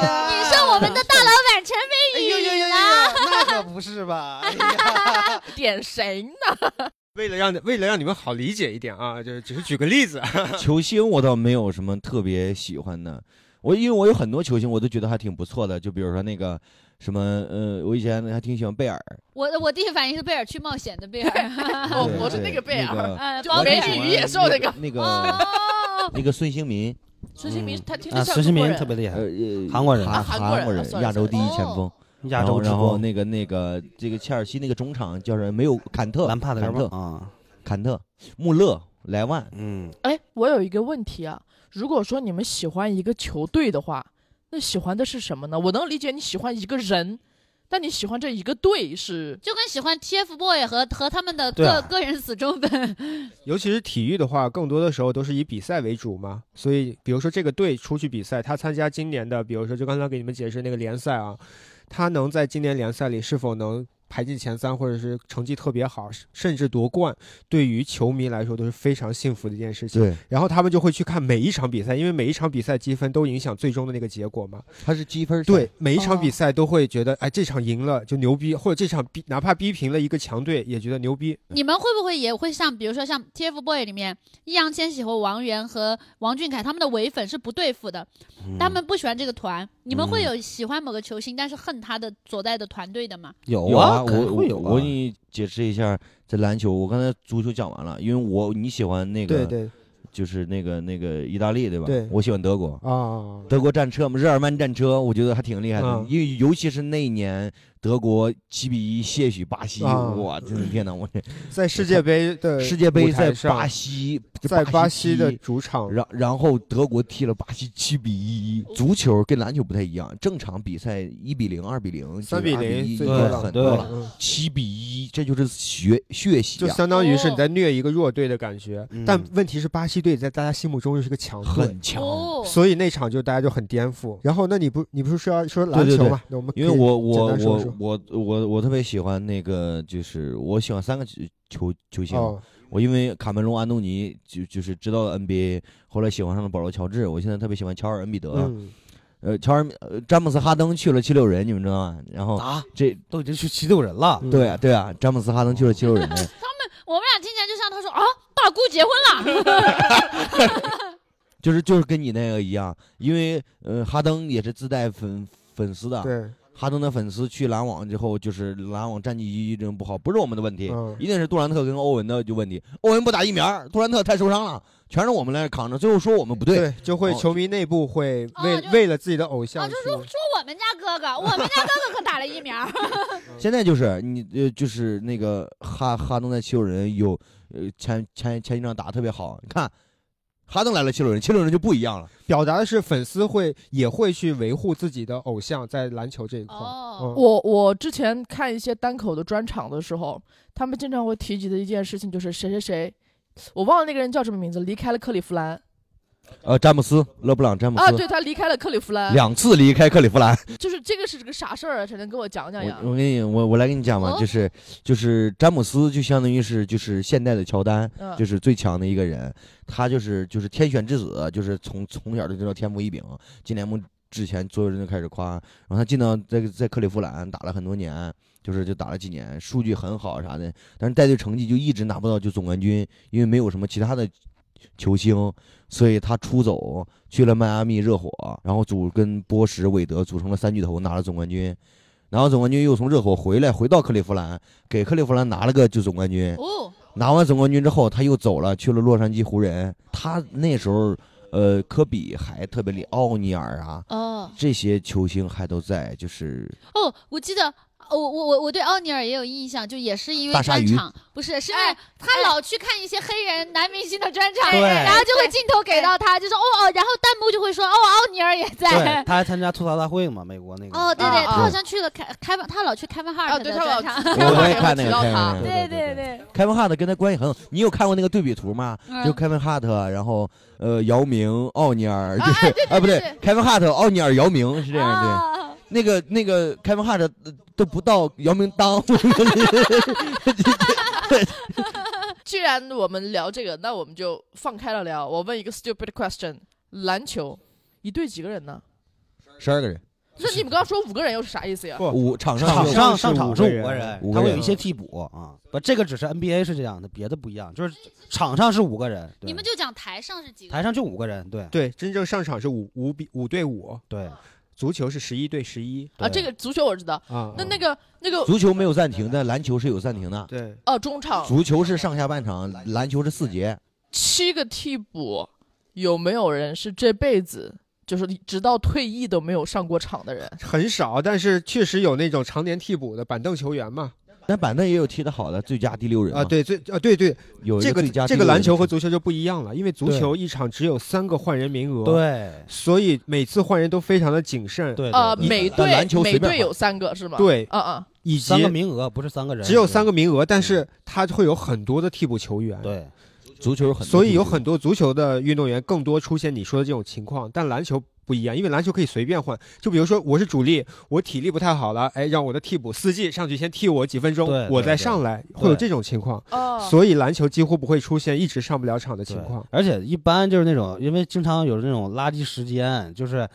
哎你上我们的大老板陈哎飞宇呦呦呦呦，啦！那可不是吧？哎呀，哦点谁呢？为了让为了让你们好理解一点啊，就是只是举个例子。球星我倒没有什么特别喜欢的，我因为我有很多球星我都觉得还挺不错的，就比如说那个什么呃，我以前还挺喜欢贝尔，我我第一反应是贝尔去冒险的贝尔，我对我是那对个贝那尔，<laughs> 个呃，就包贝没尔去鱼野兽那个那个哦，那个孙兴民，孙兴民嗯他听着啊，像孙兴中国民人特别厉害呃，，呃韩国人韩啊韩国国人啊哦人， sorry，亚洲 sorry 第一前锋。亚洲之然后然后光，那个那个这个切尔西那个中场叫什么？没有坎特，兰帕德坎吗特，啊，坎特，穆勒，莱万，嗯，哎，我有一个问题啊，如果说你们喜欢一个球队的话，那喜欢的是什么呢？我能理解你喜欢一个人，但你喜欢这一个队是就跟喜欢 TFBOY 和和他们的对个啊个人死忠粉，尤其是体育的话，更多的时候都是以比赛为主嘛。所以，比如说这个队出去比赛，他参加今年的，比如说就刚才给你们解释那个联赛啊，他能在今年联赛里是否能排进前三，或者是成绩特别好，甚至夺冠，对于球迷来说都是非常幸福的一件事情。对，然后他们就会去看每一场比赛，因为每一场比赛积分都影响最终的那个结果嘛。他是哦积分儿对赛，，每一场比赛都会觉得，哎，这场赢了就牛逼，或者这场逼哪怕逼平了一个强队，也觉得牛逼。你们会不会也会像，比如说像 TFBOY 里面，易烊千玺和王源和王俊凯他们的唯粉是不对付的，嗯他们不喜欢这个团。你们会有喜欢某个球星，但是恨他的所在的团队的吗？有有啊，肯我定会有我我给你解释一下，在篮球，我刚才足球讲完了，因为我你喜欢那个，对就是那个那个意大利对吧？对我喜欢德国，啊，德国战车嘛，日耳曼战车，我觉得还挺厉害的，嗯因为尤其是那一年德国七比一谢许巴西，啊我真的天哪，我这在世界杯的世界杯舞台在上巴西，在巴西西的主场，然然后德国踢了巴西七比一，足球跟篮球不太一样，正常比赛一比零、二比零、三比零最最多对了，很对多了，嗯七比一，这就是血血洗就啊，相当于是哦你在虐一个弱队的感觉。嗯但问题是，巴西队在大家心目中又是个强队。很强。哦，所以那场就大家就很颠覆。然后，那你不你不是说要说篮对对球对嘛？那我们因为可以我我简单说我说嗯，我我我特别喜欢那个，就是我喜欢三个球球星。哦，我因为卡梅隆·安东尼就就是知道了 NBA，后来喜欢上了保罗·乔治。我现在特别喜欢乔尔·恩比德。嗯，呃，乔尔、呃詹姆斯·哈登去了七六人，你们知道吗？然后啊，这都已经去七六人了，嗯对啊对啊，詹姆斯·哈登去了七六人。我们俩听起来就像他说啊，大姑结婚了， <laughs> 就是就是跟你那个一样，因为呃，哈登也是自带粉粉丝的。啊对，哈登的粉丝去篮网之后，就是篮网战绩一直不好，不是我们的问题，嗯一定是杜兰特跟欧文的就问题。欧文不打疫苗，杜兰特太受伤了，全是我们来扛着。最后说我们不对，对，就会哦球迷内部会哦为就为了自己的偶像啊，就说说，说我们家哥哥，我们家哥哥可打了疫苗，现在就是你呃，就是那个哈哈登在七六人有呃前前前几场打得特别好，你看哈登来了七六人，七六人就不一样了。表达的是粉丝会也会去维护自己的偶像在篮球这一块。哦嗯我我之前看一些单口的专场的时候，他们经常会提及的一件事情就是谁谁谁，我忘了那个人叫什么名字，离开了克利夫兰呃，詹姆斯，勒布朗，詹姆斯，啊，对他离开了克利夫兰，两次离开克利夫兰。就是这个是个啥事儿啊？谁能给我讲讲呀？我我跟你我我来跟你讲嘛，哦就是就是詹姆斯就相当于是就是现代的乔丹，嗯就是最强的一个人，他就是就是天选之子，就是从从小就知道天赋异禀，进联盟之前所有人就开始夸，然后他进到在在克利夫兰打了很多年。就是就打了几年，数据很好啥的，但是带队成绩就一直拿不到就总冠军，因为没有什么其他的球星，所以他出走去了迈阿密热火，然后组跟波什、韦德组成了三巨头，拿了总冠军。然后总冠军又从热火回来，回到克利夫兰，给克利夫兰拿了个就总冠军。哦，拿完总冠军之后，他又走了，去了洛杉矶湖人。他那时候，呃，科比还特别厉，奥尼尔啊，哦这些球星还都在，就是哦，我记得。哦我我我我对奥尼尔也有印象，就也是因大为鲨专鱼场，不是是因为哎他老去看一些黑人男明星的专场，对然后就会镜头给到他，就说哦哦，然后弹幕就会说哦奥尼尔也在对，，他嗯还参加吐槽大会嘛，美国那个。哦对对，啊他啊好像去了开开他老去开曼 <laughs> 哈啊，尔的对他老专场，提我我也会看那提个到开他门，对对对对，凯文哈特跟他关系很好。你有看过那个对比图吗？嗯就凯文哈特，然后呃，姚明、奥尼尔，就是啊，不对，凯文哈特、奥尼尔、姚明是这样对。哦啊那个那个凯文哈特呃都不到姚明当， <laughs> 既然我们聊这个，那我们就放开了聊。我问一个 stupid question：篮球一队几个人呢？十二个人，那你们刚刚说五个人又是啥意思呀？不五场上场有上上场是五个人五个人五，个他会有人一些替补啊。不，这个只是 NBA 是这样的，别的不一样，就是场上是五个人，对你们就讲台上是几个？台上就五个人，对对，真正上场是五五比五对五，对足球是十一对十一啊，这对个足球我知道。啊。那那个那个足球没有暂停，但篮球是有暂停的。对，哦，中场足球是上下半场，篮球是四节。七个替补，有没有人是这辈子就是直到退役都没有上过场的人？很少，但是确实有那种常年替补的板凳球员嘛。但板凳也有踢得好的，最佳第六人嘛啊，，对，最啊对对，有一这个最佳这第个六人篮球和足球就不一样了，因为足球一场只有三个换人名额，，对所以每次换人都非常的谨慎，对啊，对每但队篮球随每便换队有三个是吗？，对，啊啊，以及三个名额不是三个人，只有三个个名额，但是他会有很多的替补球员，，对足球有很多，所以有很多足球的运动员更多出现你说的这种情况，但篮球。不一样，因为篮球可以随便换。就比如说，我是主力，我体力不太好了，哎，让我的替补司机上去先替我几分钟对，我对再对上来，会有这种情况。哦，所以篮球几乎不会出现一直上不了场的对情况。而且一般就是那种，因为经常有那种垃圾时间，就是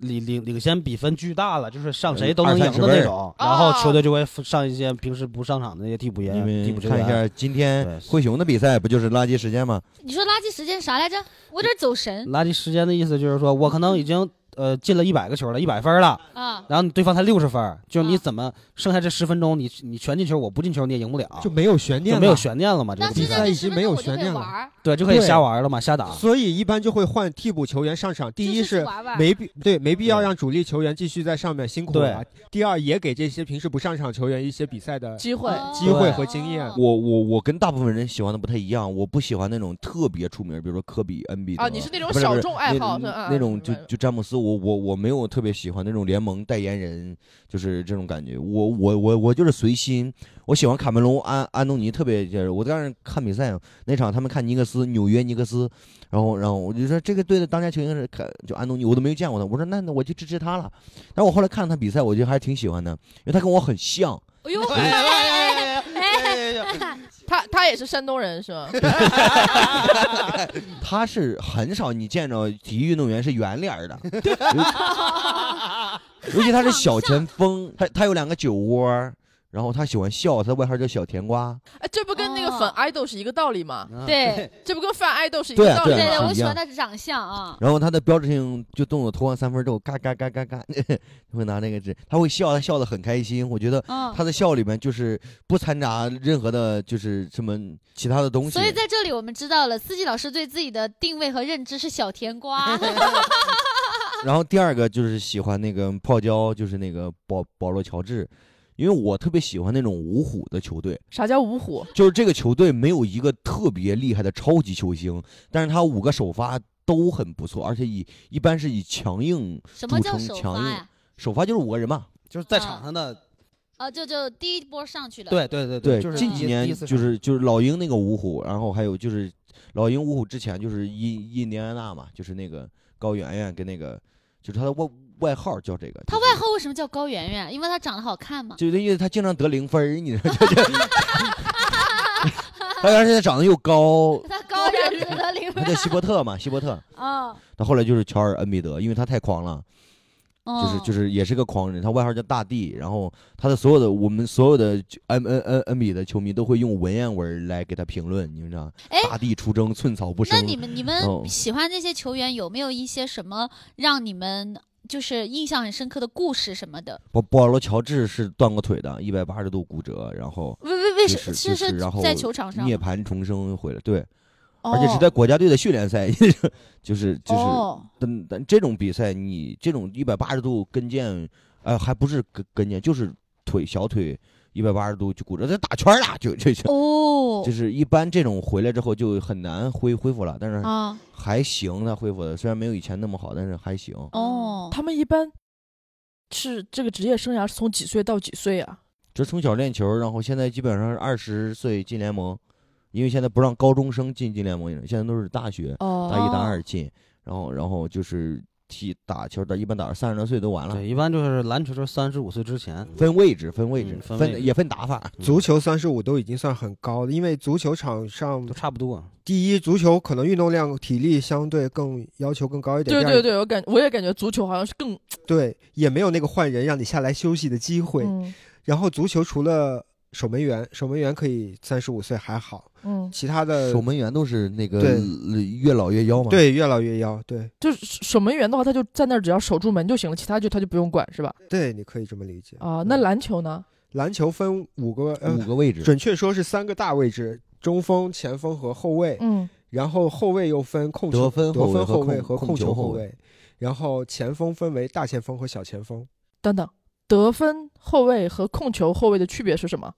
领领领先比分巨大了，就是上谁都能赢的二三十那种，分然后球队就会上一些平时不上场的那些替补你员、替们补球看一员。下今天对灰熊的比赛，不就是垃圾时间吗？你说垃圾时间啥来着？我有点走神垃圾时间的意思就是说我可能已经呃进了一百个球了，一百分了，啊！然后你对方才六十分，就是你啊怎么剩下这十分钟，你你全进球，我不进球你也赢不了，就没有悬念就了，没有悬念了嘛？这那个现比在赛比赛这已十经分没钟有我就悬可以念了玩儿，对就可以对瞎玩了嘛，瞎打。所以一般就会换替补球员上场。第一就是是玩玩没必对没必要让主力球员继续在上面辛苦了。第二也给这些平时不上场球员一些比赛嗯的机会哦机会和经验我我我跟大部分人喜欢的不太一样，我不喜欢那种特别出名，比如说科比、恩比德啊，你是那种不是小不是众爱好是那吧？啊嗯那种就就詹姆斯，我我我没有特别喜欢那种联盟代言人，就是这种感觉。我我我我就是随心，我喜欢卡梅隆安安东尼特别就是我当时看比赛那场他们看尼克斯纽约尼克斯，然后然后我就说这个队的当家球星是看就安东尼，我都没有见过他，我说那那我就支持他了。但我后来看了他比赛，我觉得还是挺喜欢的，因为他跟我很像。哎呦，哎呀哎呀哎呀哎呀哎呀他他也是山东人是吗？他是很少你见着体育运动员是圆脸儿的，尤尤其他是小前锋，他他有两个酒窝儿，然后他喜欢笑，他外号叫小甜瓜。哎，这不跟那个哦粉爱豆是一个道理吗？<laughs> 啊对这不跟饭爱豆是一个道理对对啊对，是吗？我一喜欢样他的长相啊。然后他的标志性就动作投完三分之后，嘎嘎嘎嘎 <laughs> 嘎，会拿那个纸，他会笑，他笑得很开心。我觉得嗯，他的笑里面就是不掺杂任何的，就是什么其他的东西。所以 <laughs> 在这里我们知道了，司机老师对自己的定位和认知是小甜哎瓜。然后第二个就是喜欢那个泡椒，就是那个保保罗乔治，因为我特别喜欢那种五虎的球队，啥叫五虎？就是这个球队没有一个特别厉害的超级球星，但是他五个首发都很不错，而且以一般是以强硬什么叫补充首强发硬呀？首发就是五个人嘛。就是在场上的，啊，就就第一波上去了。对对对对，就是近第几一年第一次就上是就是老鹰那个五虎，然后还有就是老鹰五虎之前就是印印第安纳嘛，就是那个高圆圆跟那个就是他的外外号叫这个，他就是外号为什么叫高圆圆？因为他长得好看嘛。就因为他经常得零分儿，你知道 <laughs> 就他原来现在长得又高，他高圆圆的零他分叫希伯特嘛，希伯特。啊，他后来就是乔尔恩比德，因为他太狂了，就是嗯就是是也是个狂人，他外号叫大帝。然后他的所有的我们所有的恩恩恩恩比的球迷都会用文言文来给他评论，你知道吗哎？大地出征，寸草不生那。你们你哦们喜欢这些球员有没有一些什么让你们就是印象很深刻的故事什么的？保保罗乔治是断过腿的，一百八十度骨折，然后为为为就什是是就是是然后在球场上哦涅吗？槃重生回来，对，而而且是在国家队的训练赛， <laughs> 就是就是哦，但但这种比赛，你这种一百八十度跟腱，呃，还不是跟跟腱，就是腿小腿一百八十度就骨折，这打圈儿了，就就就哦就，是一般这种回来之后就很难恢恢复了，但是啊还行，他恢复的虽然没有以前那么好，但是还行。哦，他们一般是这个职业生涯是从几岁到几岁啊？就从小练球，然后现在基本上是二十岁进联盟，因为现在不让高中生进进联盟，现在都是大学哦大一大二进，然后然后就是踢打球的，一般打到三十多岁都完了。对，一般就是篮球是三十五岁之前，分位置，分位置，嗯分位置分也分打法。嗯足球三十五都已经算很高的，因为足球场上都差不多。第一，足球可能运动量、体力相对更要求更高一点。对第二对对，我感我也感觉足球好像是更对，也没有那个换人让你下来休息的机会。嗯然后足球除了守门员，守门员可以三十五岁还好，嗯，其他呃的守门员都是那个对呃越老越妖嘛。，对越老越妖。对就是守门员的话，他就在那儿只要守住门就行了，其他就他就不用管是吧？对，你可以这么理解。啊，嗯那篮球呢？篮球分五个，呃五，个位置，准确说是三个大位置：中锋、前锋和后卫。嗯，然后后卫又分控球、得分得后卫分和后卫控和控控球球后后卫卫。然后前锋分为大前锋和小前锋。等等，得分后卫和控球后卫的区别是什么？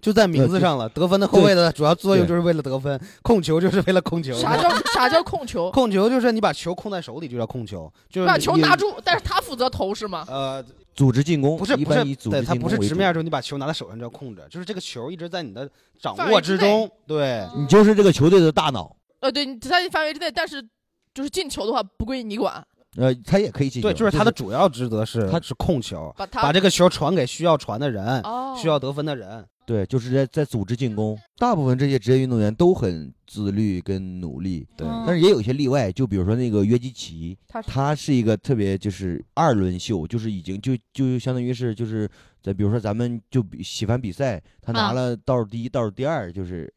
就在名字上了，得分的后卫的主要作用就是为了得分，控球就是为了控球。<laughs> 啥叫啥叫控球？控球？就是你把球控在手里就叫控球，就是把球你拿。住，但是他负责投是吗？呃，组织进攻，不是一不般是以，组对，织它进不攻是为直主面之后你把球拿在手上就要控制，就是这个球一直在你的掌范握围之之中。对，你嗯就是这个球队的大脑，呃，对，你在你范围之内，但是就是进球的话不归你管，呃，他也可以进球。对，就是他的主要职责是它是控球，把他把这个球传给需要传的人，哦需要得分的人。对，就是在在组织进攻。大部分这些职业运动员都很自律跟努力，对嗯但是也有一些例外，就比如说那个约基奇，他是他是一个特别就是二轮秀，就是已经就就相当于是就是在比如说咱们就比喜欢比赛，他拿嗯啊了倒数第一、倒数第二，就是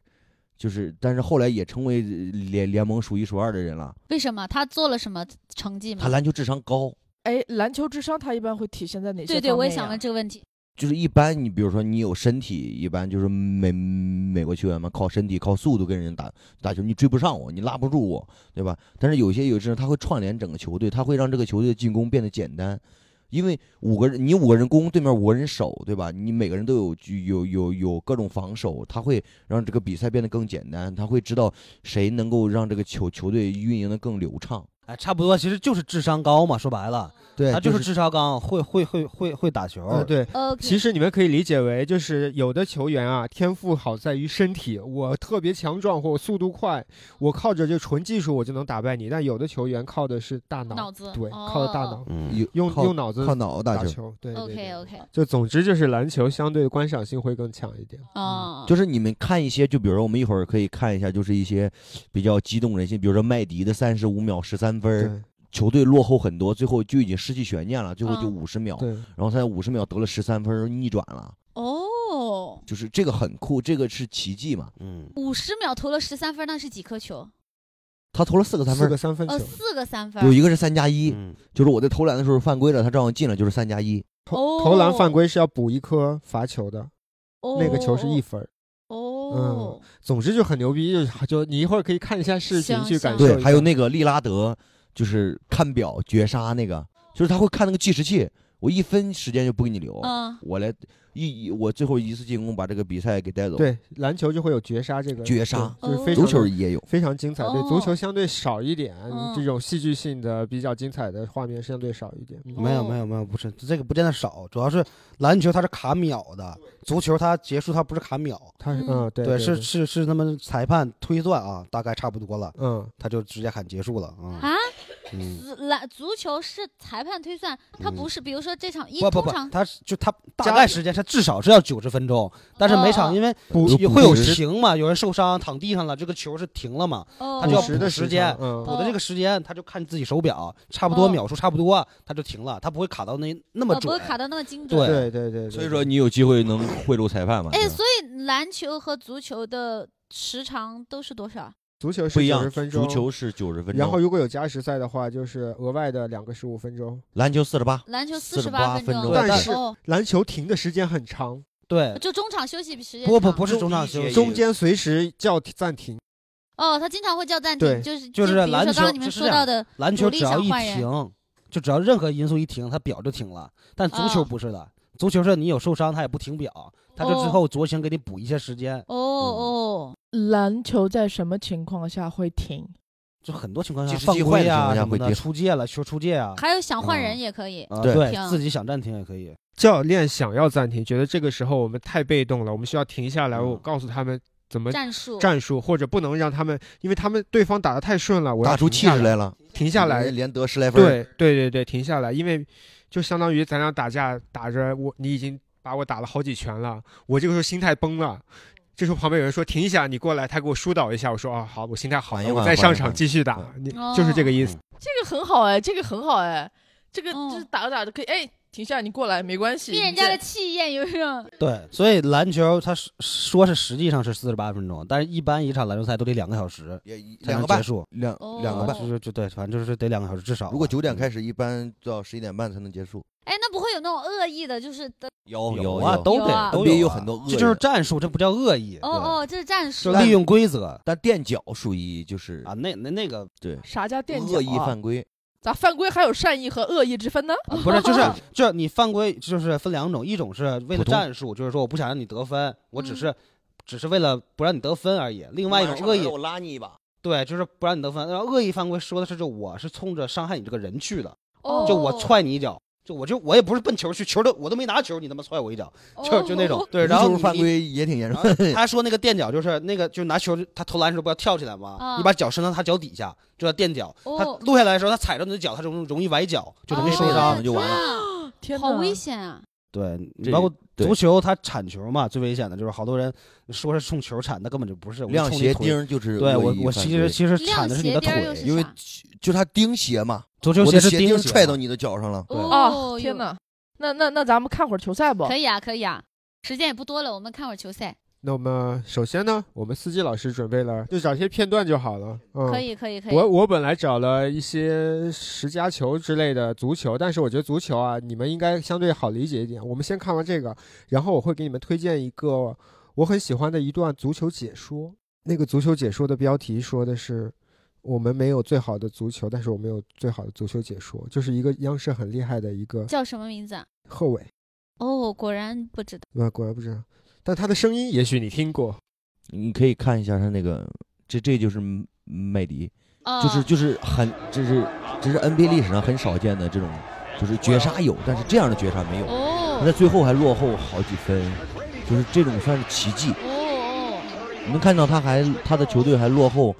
就是，但是后来也成为联联盟数一数二的人了。为什么他做了什么成嗯绩吗他？篮球智商高，哎，篮球智商他一般会体现在哪些？对对，我也想问。这个问题。就是一般你比如说你有身体，一般就是美美国球员嘛，靠身体靠速度跟人打打球，你追不上我，你拉不住我，对吧？但是有些有些人他会串联整个球队，他会让这个球队的进攻变得简单，因为五个人你五个人攻，对面五个人守，对吧？你每个人都有有有有各种防守，他会让这个比赛变得更简单，他会知道谁能够让这个球球队运营的更流畅。哎，差不多，其实就是智商高嘛。说白了，对，他就是智商高，会会会会会打球。呃，对， OK，其实你们可以理解为，就是有的球员啊，天赋好在于身体，我特别强壮或我速度快，我靠着这纯技术我就能打败你。但有的球员靠的是大脑，脑子对，哦靠的大脑，嗯，有用靠用脑子靠脑子打打球，球。对对 OK 对 OK，就总之就是篮球相对观赏性会更强一点。哦，就是是你们看一些，就比如说我们一会儿可以看一下，就是一些比较激动人心，比如说麦迪的三十五秒十三分儿，对球队落后很多，最后就已经失去悬念了，最后就嗯五十秒，对，然后他在五十秒得了十三分儿逆转了，哦，就是这个很酷，这个是奇迹嘛？嗯，五十秒投了十三分，那是几颗球？他投了四个三四分个儿，三分球呃，，四个三分有。一个是三加一，嗯就是我在投篮的时候犯规了，他照样进了，就是三加一。投哦投篮犯规是要补一颗罚球的，哦那个球是一分儿。哦，总之就很牛逼，就就你一会儿可以看一下视频行去感行嗯受一下。对，还有那个利拉德，就是看表绝杀那个，就是他会看那个计时器，我一分时间就不给你留，嗯，我来一一我最后一次进攻把这个比赛给带走。，对篮球就会有绝杀这个绝杀对就是哦非常足球也有，非常精彩。对哦足球相对少一点嗯，这种戏剧性的比较精彩的画面相对少一点。嗯没有没有没有，不是这个不见得少，主要是篮球它是卡秒的，足球它结束它不是卡秒，他是嗯嗯对对，是是是他们裁判推断啊，大概差不多了，嗯他就直接喊结束了啊。啊，嗯，足篮足球是裁判推算，它嗯不是，比如说这场一不不通不，常他是就他大概时间他至少是要九十分钟，但是每哦哦场因为补有也补会有时停嘛，有人受伤躺地上了，这个球是停了嘛，哦他就要时的补时间长嗯补的这个时间，他就看自己手表，差不多哦秒数差不多，啊他就停了，他不会卡到那那么呃不准会。卡的那么精准。对对对对，对所以说你有机会能贿赂裁判嘛？哎，对吧所以篮球和足球的时长都是多少？足球是不一90样，分钟，足球是九十分钟，然后如果有加时赛的话，就是额外的两个十五分钟。篮球四十八，篮球48十八分钟，钟但但是哦，篮球停的时间很长，对，就中场休息时间不不长不是中场休也息，中间随时叫暂停。哦，他经常会叫暂对停，就是就就是比如说篮刚球刚你们就是说这样嗯到的篮主球力只要想一换人停，就只要任何因素一停，他表就停了。但足球哦不是的，足球是你有受伤，他也不停表，他就之哦后酌情给你补一些时间。哦哦，篮球在什么情况下会停？就很多情况下即时犯机会规的情啊况下什么会的，停出界了，球出界啊，还有想换人嗯也可以，啊对对停自己想暂停也可以。教练想要暂停，觉得这个时候我们太被动了，我们需要停下来，嗯我告诉他们怎么战术战术，或者不能让他们，因为他们对方打得太顺了，我要打出停气下势来了，停下来，连得十来分。，对对对对，停下来，因为就相当于咱俩打架打着我，你已经把我打了好几拳了，我这个时候心态崩了。这时候旁边有人说停一下，你过来，他给我疏导一下。我说啊好，我心态好缓了，一我缓再缓上一场缓嗯哦继续打。你就是这个嗯意思。这个很好哎，这个很好哎，这个嗯就是打着打着可以哎，停下，你过来没关系。逼人你家再的气焰，有一种对，所以篮球它是说是实际上是四十八分钟，但是一般一场篮球赛都得两个小时也才两能个结半，束。两哦两个啊半。就就就对，反正就是得两个小时至少啊。如果九点嗯开始，一般到十一点半才能结束。哎，那不会有那种恶意的，就是的哦有有啊，有都有啊得都 NBA 有啊很多恶意这就是的战术，这不叫恶意，哦哦，这是战术就，利用规则但垫脚属于就是啊。那那 <laughs> 那个对啥叫垫脚、啊？恶意犯规，咋犯规还有善意和恶意之分呢？啊不是，就是就是你犯规，就是分两种，一种是为普了通战术，就是说我不想让你得分，我只嗯是只是为了不让你得分而已。另外一种恶意，拉你一把。对，就是不让你得分。然后恶意犯规说的是，就我是冲着伤害你这个人去的， <laughs> 哦就我踹你一脚，就我就我也不是奔球去，球都我都没拿球，你他妈踹我一脚，哦就就 <laughs> 那种。对，然后足球你犯你规也挺严重然。后他说那个垫脚就是那个，就拿球，他投篮的时候不要跳起来吗？啊你把脚伸到他脚底下，就叫垫脚。他哦落下来的时候，他踩着你的脚，他容容易崴脚，就容易哦受伤。就完了了，天哪，好危！险啊！对，你这包括对足球，它铲球嘛，最危险的就是好多人说是冲球铲，那根本就不是，我亮冲你鞋腿钉。儿就是对恶我，意我犯其规实其实亮铲的是你鞋的钉儿又腿，是因为啥就是他钉鞋嘛，足球我的是鞋钉钉儿踹到你。你的脚上了。对哦哦，哟天哪！那那那咱们看会儿球赛不？可以啊，可以啊，时间也不多了，我们看会儿球赛，那么首先呢，我们司机老师准备了，就找些片段就好了。嗯，可。以，可以，可以。我我本来找了一些十佳球之类的足球，但是我觉得足球啊，你们应该相对好理解一点。我们先看完这个，然后我会给你们推荐一个我很喜欢的一段足球解说。那个足球解说的标题说的是：“我们没有最好的足球，但是我们有最好的足球解说。”就是一个央视很厉害的一个叫什么名字啊？后卫，哦，果然不知道。对吧？果然不知道，但他的声音也许你听过。你可以看一下他那个，这这就是麦迪，啊，就是就是很这是这是 NBA 历史上很少见的这种，就是绝杀有，但是这样的绝杀没有，他在哦最后还落后好几分，就是这种算是奇迹。哦哦，你能看到他还他的球队还落后，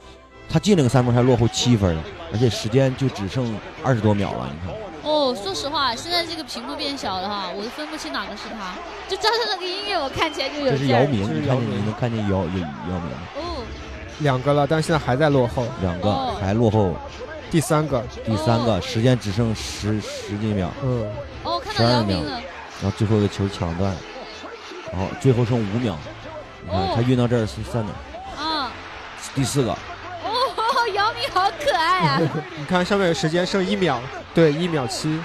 他进了个三分还落后七分了，而且时间就只剩二十多秒了。你看，哦，说实话，现在这个屏幕变小了哈，我都分不清哪个是他，就加上那个音乐，我看起来就有这是劲儿姚明，这是你姚看见明你能看见姚姚姚明哦，两个了，但是现在还在落后。两个哦还落后，第三个，第三个时间只剩十十几秒，嗯，哦，看到姚明了，然后最后一个球抢断，然后最后剩五秒，你看哦他运到这儿是三秒，啊，第四个哦，姚明好可爱 <laughs> 啊，你看上面有时间剩一秒，对，一秒七，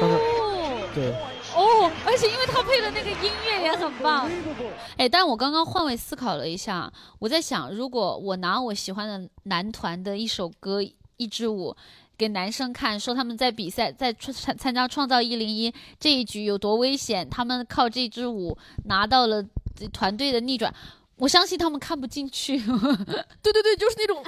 刚才哦。对，哦，而且因为他配的那个音乐也很棒，哎，但我刚刚换位思考了一下，我在想，如果我拿我喜欢的男团的一首歌、一支舞给男生看，说他们在比赛、在创参参加创造一零一这一局有多危险，他们靠这支舞拿到了呃团队的逆转，我相信他们看不进 <laughs> 去。对对对，就是那 <laughs> 种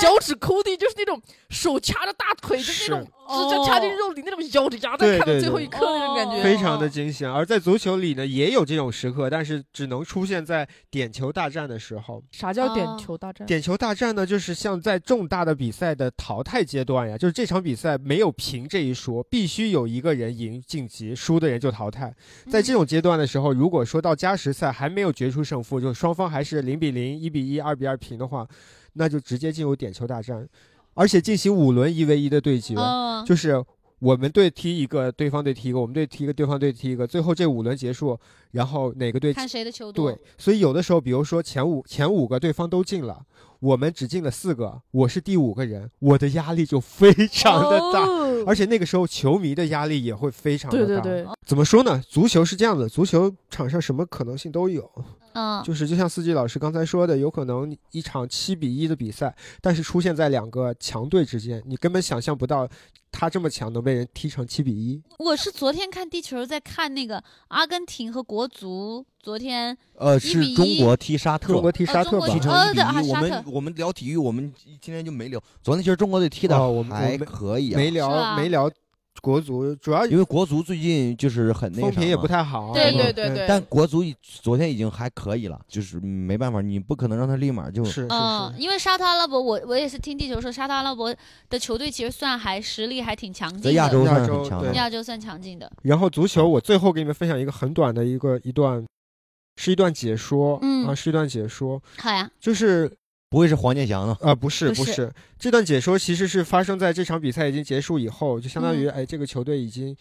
脚趾抠地，就是那种手掐着大腿，就是那种指甲掐进肉里那种咬着牙在对看到对最后对一刻那种感觉。非常的惊险。而在足球里呢，也有这种时刻，但是只能出现在点球大战的时候。啥叫点哦球大战？点球大战呢，就是像在重大的比赛的淘汰阶段呀，就是这场比赛没有平这一说，必须有一个人赢晋级，输的人就淘汰。在这种阶段的时候，如果说到加时赛还没有决出胜负，就双方还是零比零、一比一、二比二平的话，那就直接进入点球大战，而且进行五轮一 v 一的对决。嗯，啊就是我们队踢一个，对方队踢一个，我们队踢一个，对方队踢一个，最后这五轮结束，然后哪个队看谁的球多。对，所以有的时候，比如说前五前五个对方都进了，我们只进了四个，我是第五个人，我的压力就非常的大。哦 <laughs> 而且那个时候，球迷的压力也会非常的对大。对对，怎么说呢？足球是这样的，足球场上什么可能性都有，嗯，就是就像司机老师刚才说的，有可能一场七比一的比赛，但是出现在两个强队之间，你根本想象不到他这么强能被人踢成七比一。我是昨天看地球，在看那个阿根廷和国足，昨天呃是是1比1中国踢沙特中国踢沙特吧中国踢踢，成哦一比对啊一，我沙们特我们聊体育，我们今天就没聊。昨天其实中国队踢的哦我们我还们可以啊，没聊、是啊没聊国足，主要因为国足最近就是很那风啥评也嘛不太好啊。对对嗯对对，但国足已昨天已经还可以了，就是没办法，你不可能让他立马就是是嗯，是，因为沙特阿拉伯，我我也是听地球说，沙特阿拉伯的球队其实算还实力还挺强劲的，在亚洲亚算是洲很强对的。亚洲算强劲的。然后足球，我最后给你们分享一个很短的一个一段，是一段解说，嗯啊，是一段解说，好呀，就是不会是黄健翔呢？啊，不是不不是是，这段解说其实是发生在这场比赛已经结束以后，就相当于嗯哎这个球队已经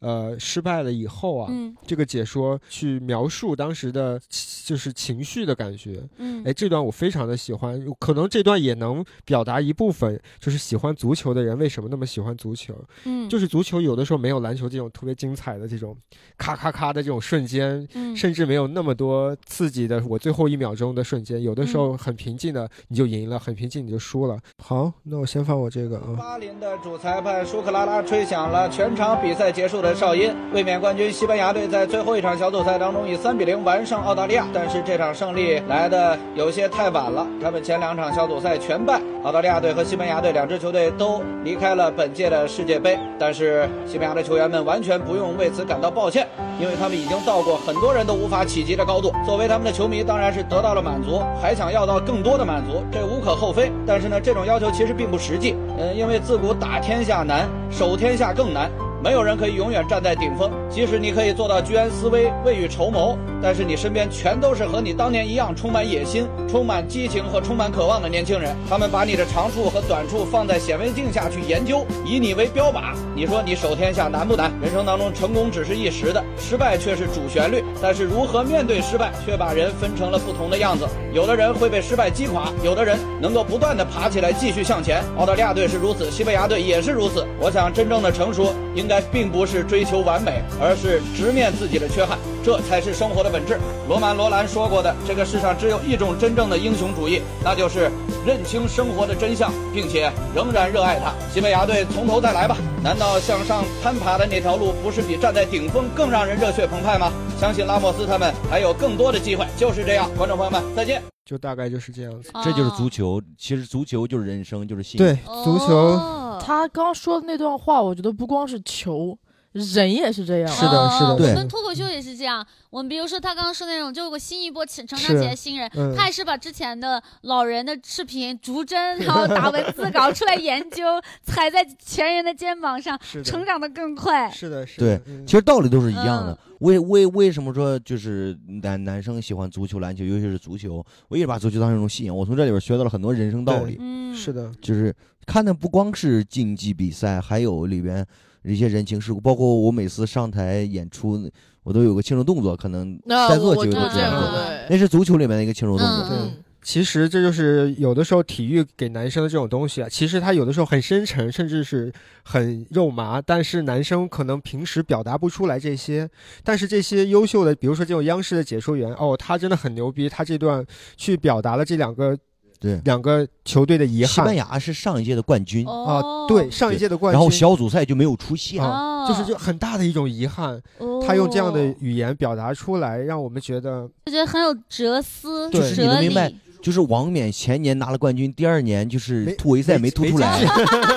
呃失败了以后啊，嗯这个解说去描述当时的情就是情绪的感觉。嗯哎，，这段我非常的喜欢，可能这段也能表达一部分，就是喜欢足球的人为什么那么喜欢足球，嗯，就是是足球有的时候没有篮球这种特别精彩的这种咔咔咔的这种瞬间，嗯甚至没有那么多刺激的，我最后一秒钟的瞬间，有的时嗯候很平静的你就赢了，很平静你就输了。好，那我先放我这个啊。巴林的主裁判舒克拉拉吹响了全场比赛结束的哨音。卫冕冠军西班牙队在最后一场小组赛当中以3比0完胜澳大利亚，但是这场胜利来的有些太晚了。他们前两场小组赛全败，澳大利亚队和西班牙队两支球队都离开了本届的世界杯。但是西班牙的球员们完全不用为此感到抱歉，因为他们已经到过很多人都无法企及的高度。作为他们的球迷，当然是得到了满足，还想要到更多的满足，这无可厚非。但是呢，这种要求其实并不实际。嗯，因为自古打天下难，守天下更难。没有人可以永远站在顶峰，即使你可以做到居安思危、未雨绸缪，但是你身边全都是和你当年一样充满野心、充满激情和充满渴望的年轻人。他们把你的长处和短处放在显微镜下去研究，以你为标靶。你说你守天下难不难？人生当中成功只是一时的，失败却是主旋律。但是如何面对失败，却把人分成了不同的样子。有的人会被失败击垮，有的人能够不断的爬起来继续向前。澳大利亚队是如此，西班牙队也是如此。我想，真正的成熟应该并不是追求完美，而是直面自己的缺憾，这才是生活的本质。罗曼·罗兰说过的：“这个世上只有一种真正的英雄主义，那就是认清生活的真相，并且仍然热爱它。”西班牙队从头再来吧。难道向上攀爬的那条路不是比站在顶峰更让人热血澎湃吗？相信拉莫斯他们还有更多的机会。就是这样，观众朋友们，再见。就大概就是这样子。这就是足哦球。其实足球就是人生，就是信对仰。，足球哦他刚说的那段话，我觉得不光是球，人也是这样。是的哦是的我对们脱口秀也是这样。我们比如说他刚刚说那种，就有个新一波成成长是起来的新人，嗯他也是把之前的老人的视频逐帧，然后打文字稿出来研 <laughs> 究，踩在前人的肩膀上，是成的，长的更快。是的，是对的，嗯其实道理都是一样嗯的。为为为什么说就是男男生喜欢足球、篮球，尤其是足球？我一直把足球当成一种信仰，我从这里边学到了很多人生道对理。嗯，是的，就是看的不光是竞技比赛，还有里边一些人情世故，包括我每次上台演出，我都有个庆祝动作，可能那在我座我几就位啊都知这见样道做。过，那对，是足球里面的一个庆祝动作，嗯对其实这就是有的时候体育给男生的这种东西啊，其实他有的时候很深沉，甚至是很肉麻，但是男生可能平时表达不出来这些。但是这些优秀的，比如说这种央视的解说员，哦，他真的很牛逼，他这段去表达了这两个对。两个球队的遗西班憾。牙是上一届的冠军，哦啊，对，上一届的冠军，然后小组赛就没有出现。啊哦就是就很大的一种遗憾，哦他用这样的语言表达出来，让我们觉得我觉得很有哲思，对就是你能哲理嗯明白就是王冕前年拿了冠军，第二年就是没突围赛没突没出进来去。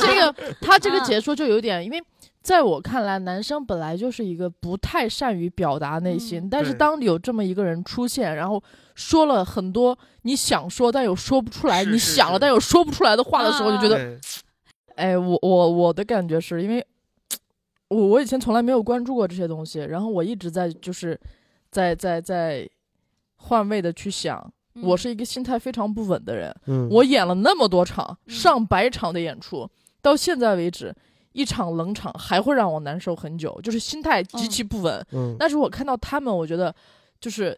这个他这个嗯解说就有点，因为在我看来，男生本来就是一个不太善于表达内心，嗯但是对当有这么一个人出现，然后说了很多你想说但又说不出来，是你是想了是但又说不出来的话的时候，就觉得，对哎，我我我的感觉是因为，我我以前从来没有关注过这些东西，然后我一直在就是，在在在换位的去想，嗯我是一个心态非常不稳的人。嗯，我演了那么多场，嗯上百场的演出，到现在为止，一场冷场还会让我难受很久，就是心态极其不稳。嗯，但是我看到他们，我觉得就是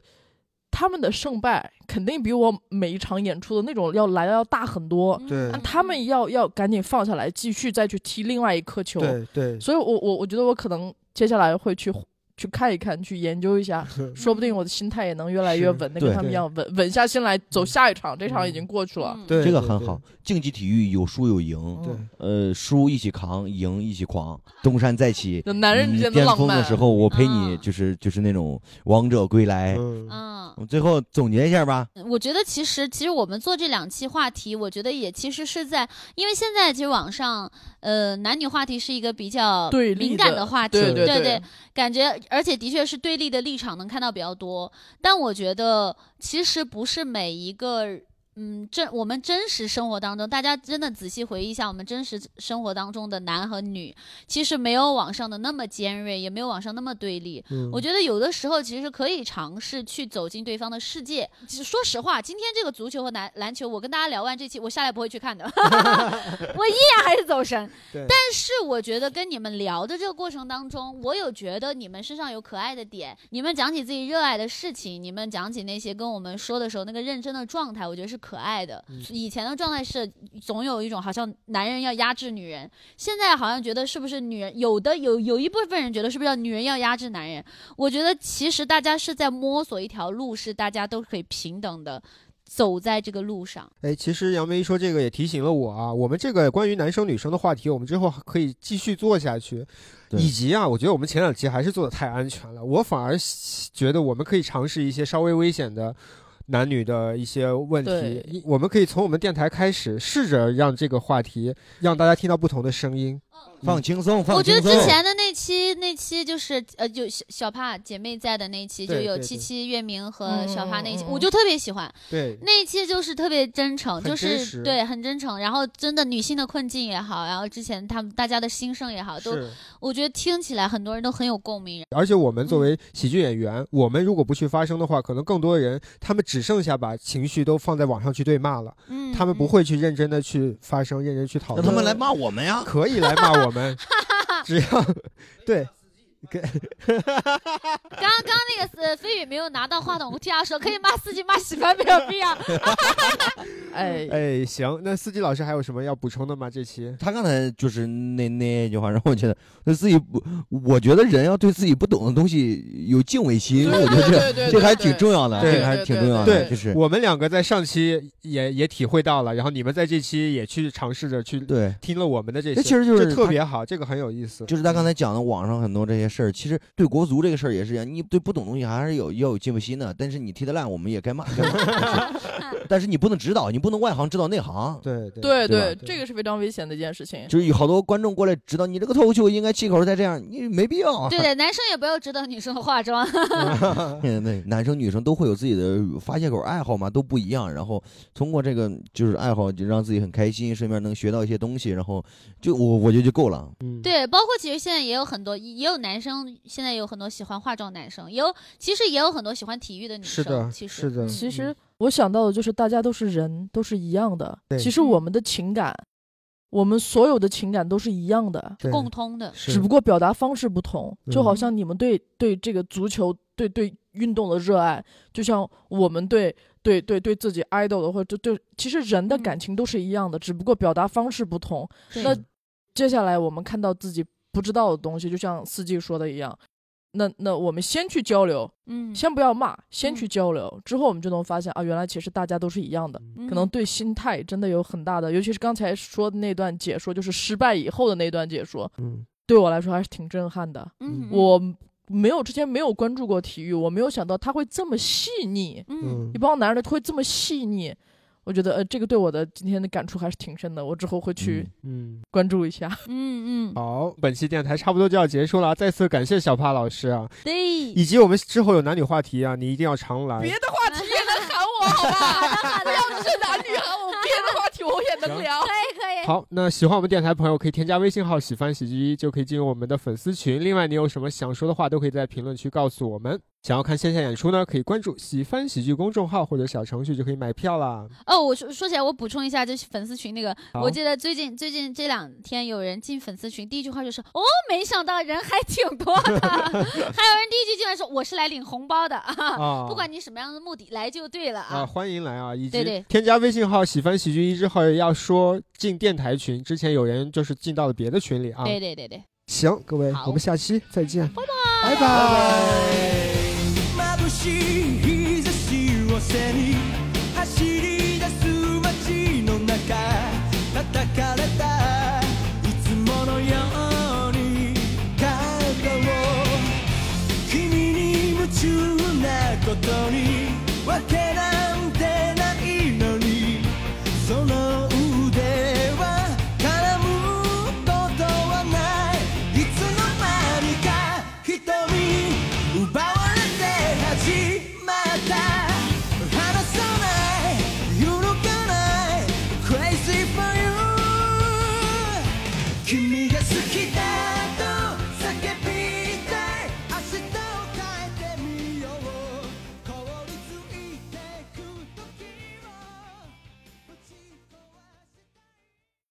他们的胜败肯定比我每一场演出的那种要来的要大很多。嗯对那啊他们要要赶紧放下来，继续再去踢另外一颗球。对对，所以我，我我觉得我可能接下来会去去看一看，去研究一下，说不定我的心态也能越来越是稳，的对嗯跟他们一样稳稳下心来走下一场。这场已经过去了，嗯对这个对很对嗯好，竞技体育有输有赢，对，嗯呃，输一起扛，赢一起狂，东山再起。那 <laughs> 男人之你间巅浪峰漫的时，候，我陪你，啊就是就是那种王者归来。嗯，嗯我，们最后总结一下吧，我觉得其实其实我们做这两期话题，我觉得也其实是在，因为现在其实网上呃男女话题是一个比较对立敏感的的话题，对对对，感觉而且的确是对立的立场能看到比较多，但我觉得其实不是每一个。嗯，真我们真实生活当中，大家真的仔细回忆一下，我们真实生活当中的男和女，其实没有网上的那么尖锐，也没有网上那么对立。嗯我觉得有的时候其实可以尝试去走进对方的世界。其实说实话，今天这个足球和篮篮球，我跟大家聊完这期，我下来不会去看的， <laughs> 我依然还是走神。对但是我觉得跟你们聊的这个过程当中，我有觉得你们身上有可爱的点，你们讲起自己热爱的事情，你们讲起那些跟我们说的时候那个认真的状态，我觉得是可爱的。嗯以前的状态是总有一种好像男人要压制女人，现在好像觉得是不是女人有的有有一部分人觉得是不是要女人要压制男人？我觉得其实大家是在摸索一条路，是大家都可以平等的走在这个路上。哎，其实杨梅一说这个也提醒了我啊，我们这个关于男生女生的话题，我们之后还可以继续做下去，对以及啊，我觉得我们前两期还是做的太安全了，我反而喜觉得我们可以尝试一些稍微危险的。男女的一些问题对，一我们可以从我们电台开始，试着让这个话题让大家听到不同的声音。放轻松，放我觉轻得松。之前的那期那期就是呃，就小小帕姐妹在的那一期，就对有对七对七、月明和小帕那一期，嗯嗯嗯我就特别喜欢对，那一期，就是特别真诚，很就真是实对很真诚，然后真的女性的困境也好，然后之前他们大家的心声也好，都是。我觉得听起来很多人都很有共鸣。而且我们嗯作为喜剧演员，我们如果不去发声的话，可能更多人他们只剩下把情绪都放在网上去对骂了，嗯，他们不嗯会去认真的去发声，认真去讨让论。他们来骂我们呀！可以来骂我 <laughs> 们，只要对刚刚那个呃，飞宇没有拿到话筒，替他说可以骂司机骂喜欢没有必要。哎，哎行，那司机老师还有什么要补充的吗？这期他刚才就是那那句话，让我觉得对自己不，我觉得人要对自己不懂的东西有敬畏心，我觉得这对对这个还挺重要的，啊对这个还对挺对重要对的，就是我们两个在上期也也体会到了，然后你们在这期也去尝试着去对。听了我们的这这些，其实就是这特他别好，这个很有意思。就是他刚才讲的，网上很多这些事儿，其实对国足这个事儿也是一样，你对不懂东西还是有要有进步心的。但是你踢得烂，我们也该骂。该骂但是你不能指导，你不能外行指导内行。对对对对吧这个是非常危险的一件事情。就是有好多观众过来指导你这个头球应该气口再这样，你没必 <laughs> 要。啊 <laughs> 对的，男生也不要指导女生的化妆。 <laughs> 嗯对，男生女生都会有自己的发泄口爱好嘛，都不一样。然后通过这个就是爱好，就让自己很开心，顺便能学到一些东西。然后就我我觉得就够了。嗯，对，包括其实现在也有很多，也有男生，现在也有很多喜欢化妆的男生，也有其实也有很多喜欢体育的女是生。的，其实是的，其实嗯我想到的就是，大家都是人，都是一样的对。其实我们的情感，我们所有的情感都是一样的，对共通的，是只不过表达方式不同。就好嗯像你们对对这个足球、对对运动的热爱，就像我们对对对对自己 idol 的，或者对，其实人的嗯感情都是一样的，只不过表达方式不同。对那接下来我们看到自己不知道的东西，就像四季说的一样，那那我们先去交流，嗯，先不要骂，先嗯去交流，之后我们就能发现啊，原来其实大家都是一样的，嗯可能对心态真的有很大的，尤其是刚才说的那段解说，就是失败以后的那段解说，嗯对我来说还是挺震撼的。嗯，我没有之前没有关注过体育，我没有想到他会这么细腻，嗯嗯一，帮男人会这么细腻，我觉得呃，这个对我的今天的感触还是挺深的，我之后会去嗯嗯，关注一下。嗯嗯，好，本期电台差不多就要结束了，再次感谢小帕老师啊，嗯对，以及我们之后有男女话题啊，你一定要常来。的话题也能喊我 <laughs> 好吧？不要只是男女喊我，别的话题我也行能聊。可以可 <laughs> 以，好，那喜欢我们电台朋友可以添加微信号“喜欢喜剧一”，就可以进入我们的粉丝群。另外，你有什么想说的话，都可以在评论区告诉我们。想要看线下演出呢，可以关注“喜欢喜剧”公众号或者小程序就可以买票啦。哦，我说说起来，我补充一下，就是粉丝群那个，好我记得最近最近这两天有人进粉丝群，第一句话就是哦，没想到人还挺多的， <laughs> 还有人第一句竟然说我是来领红包的啊，啊，不管你什么样的目的来就对了啊。啊，欢迎来啊！以对及对添加微信号“喜欢喜剧一”之后，要说进电台群。之前有人就是进到了别的群里啊。对对对对，行，各位，好我们下期再见，拜拜拜。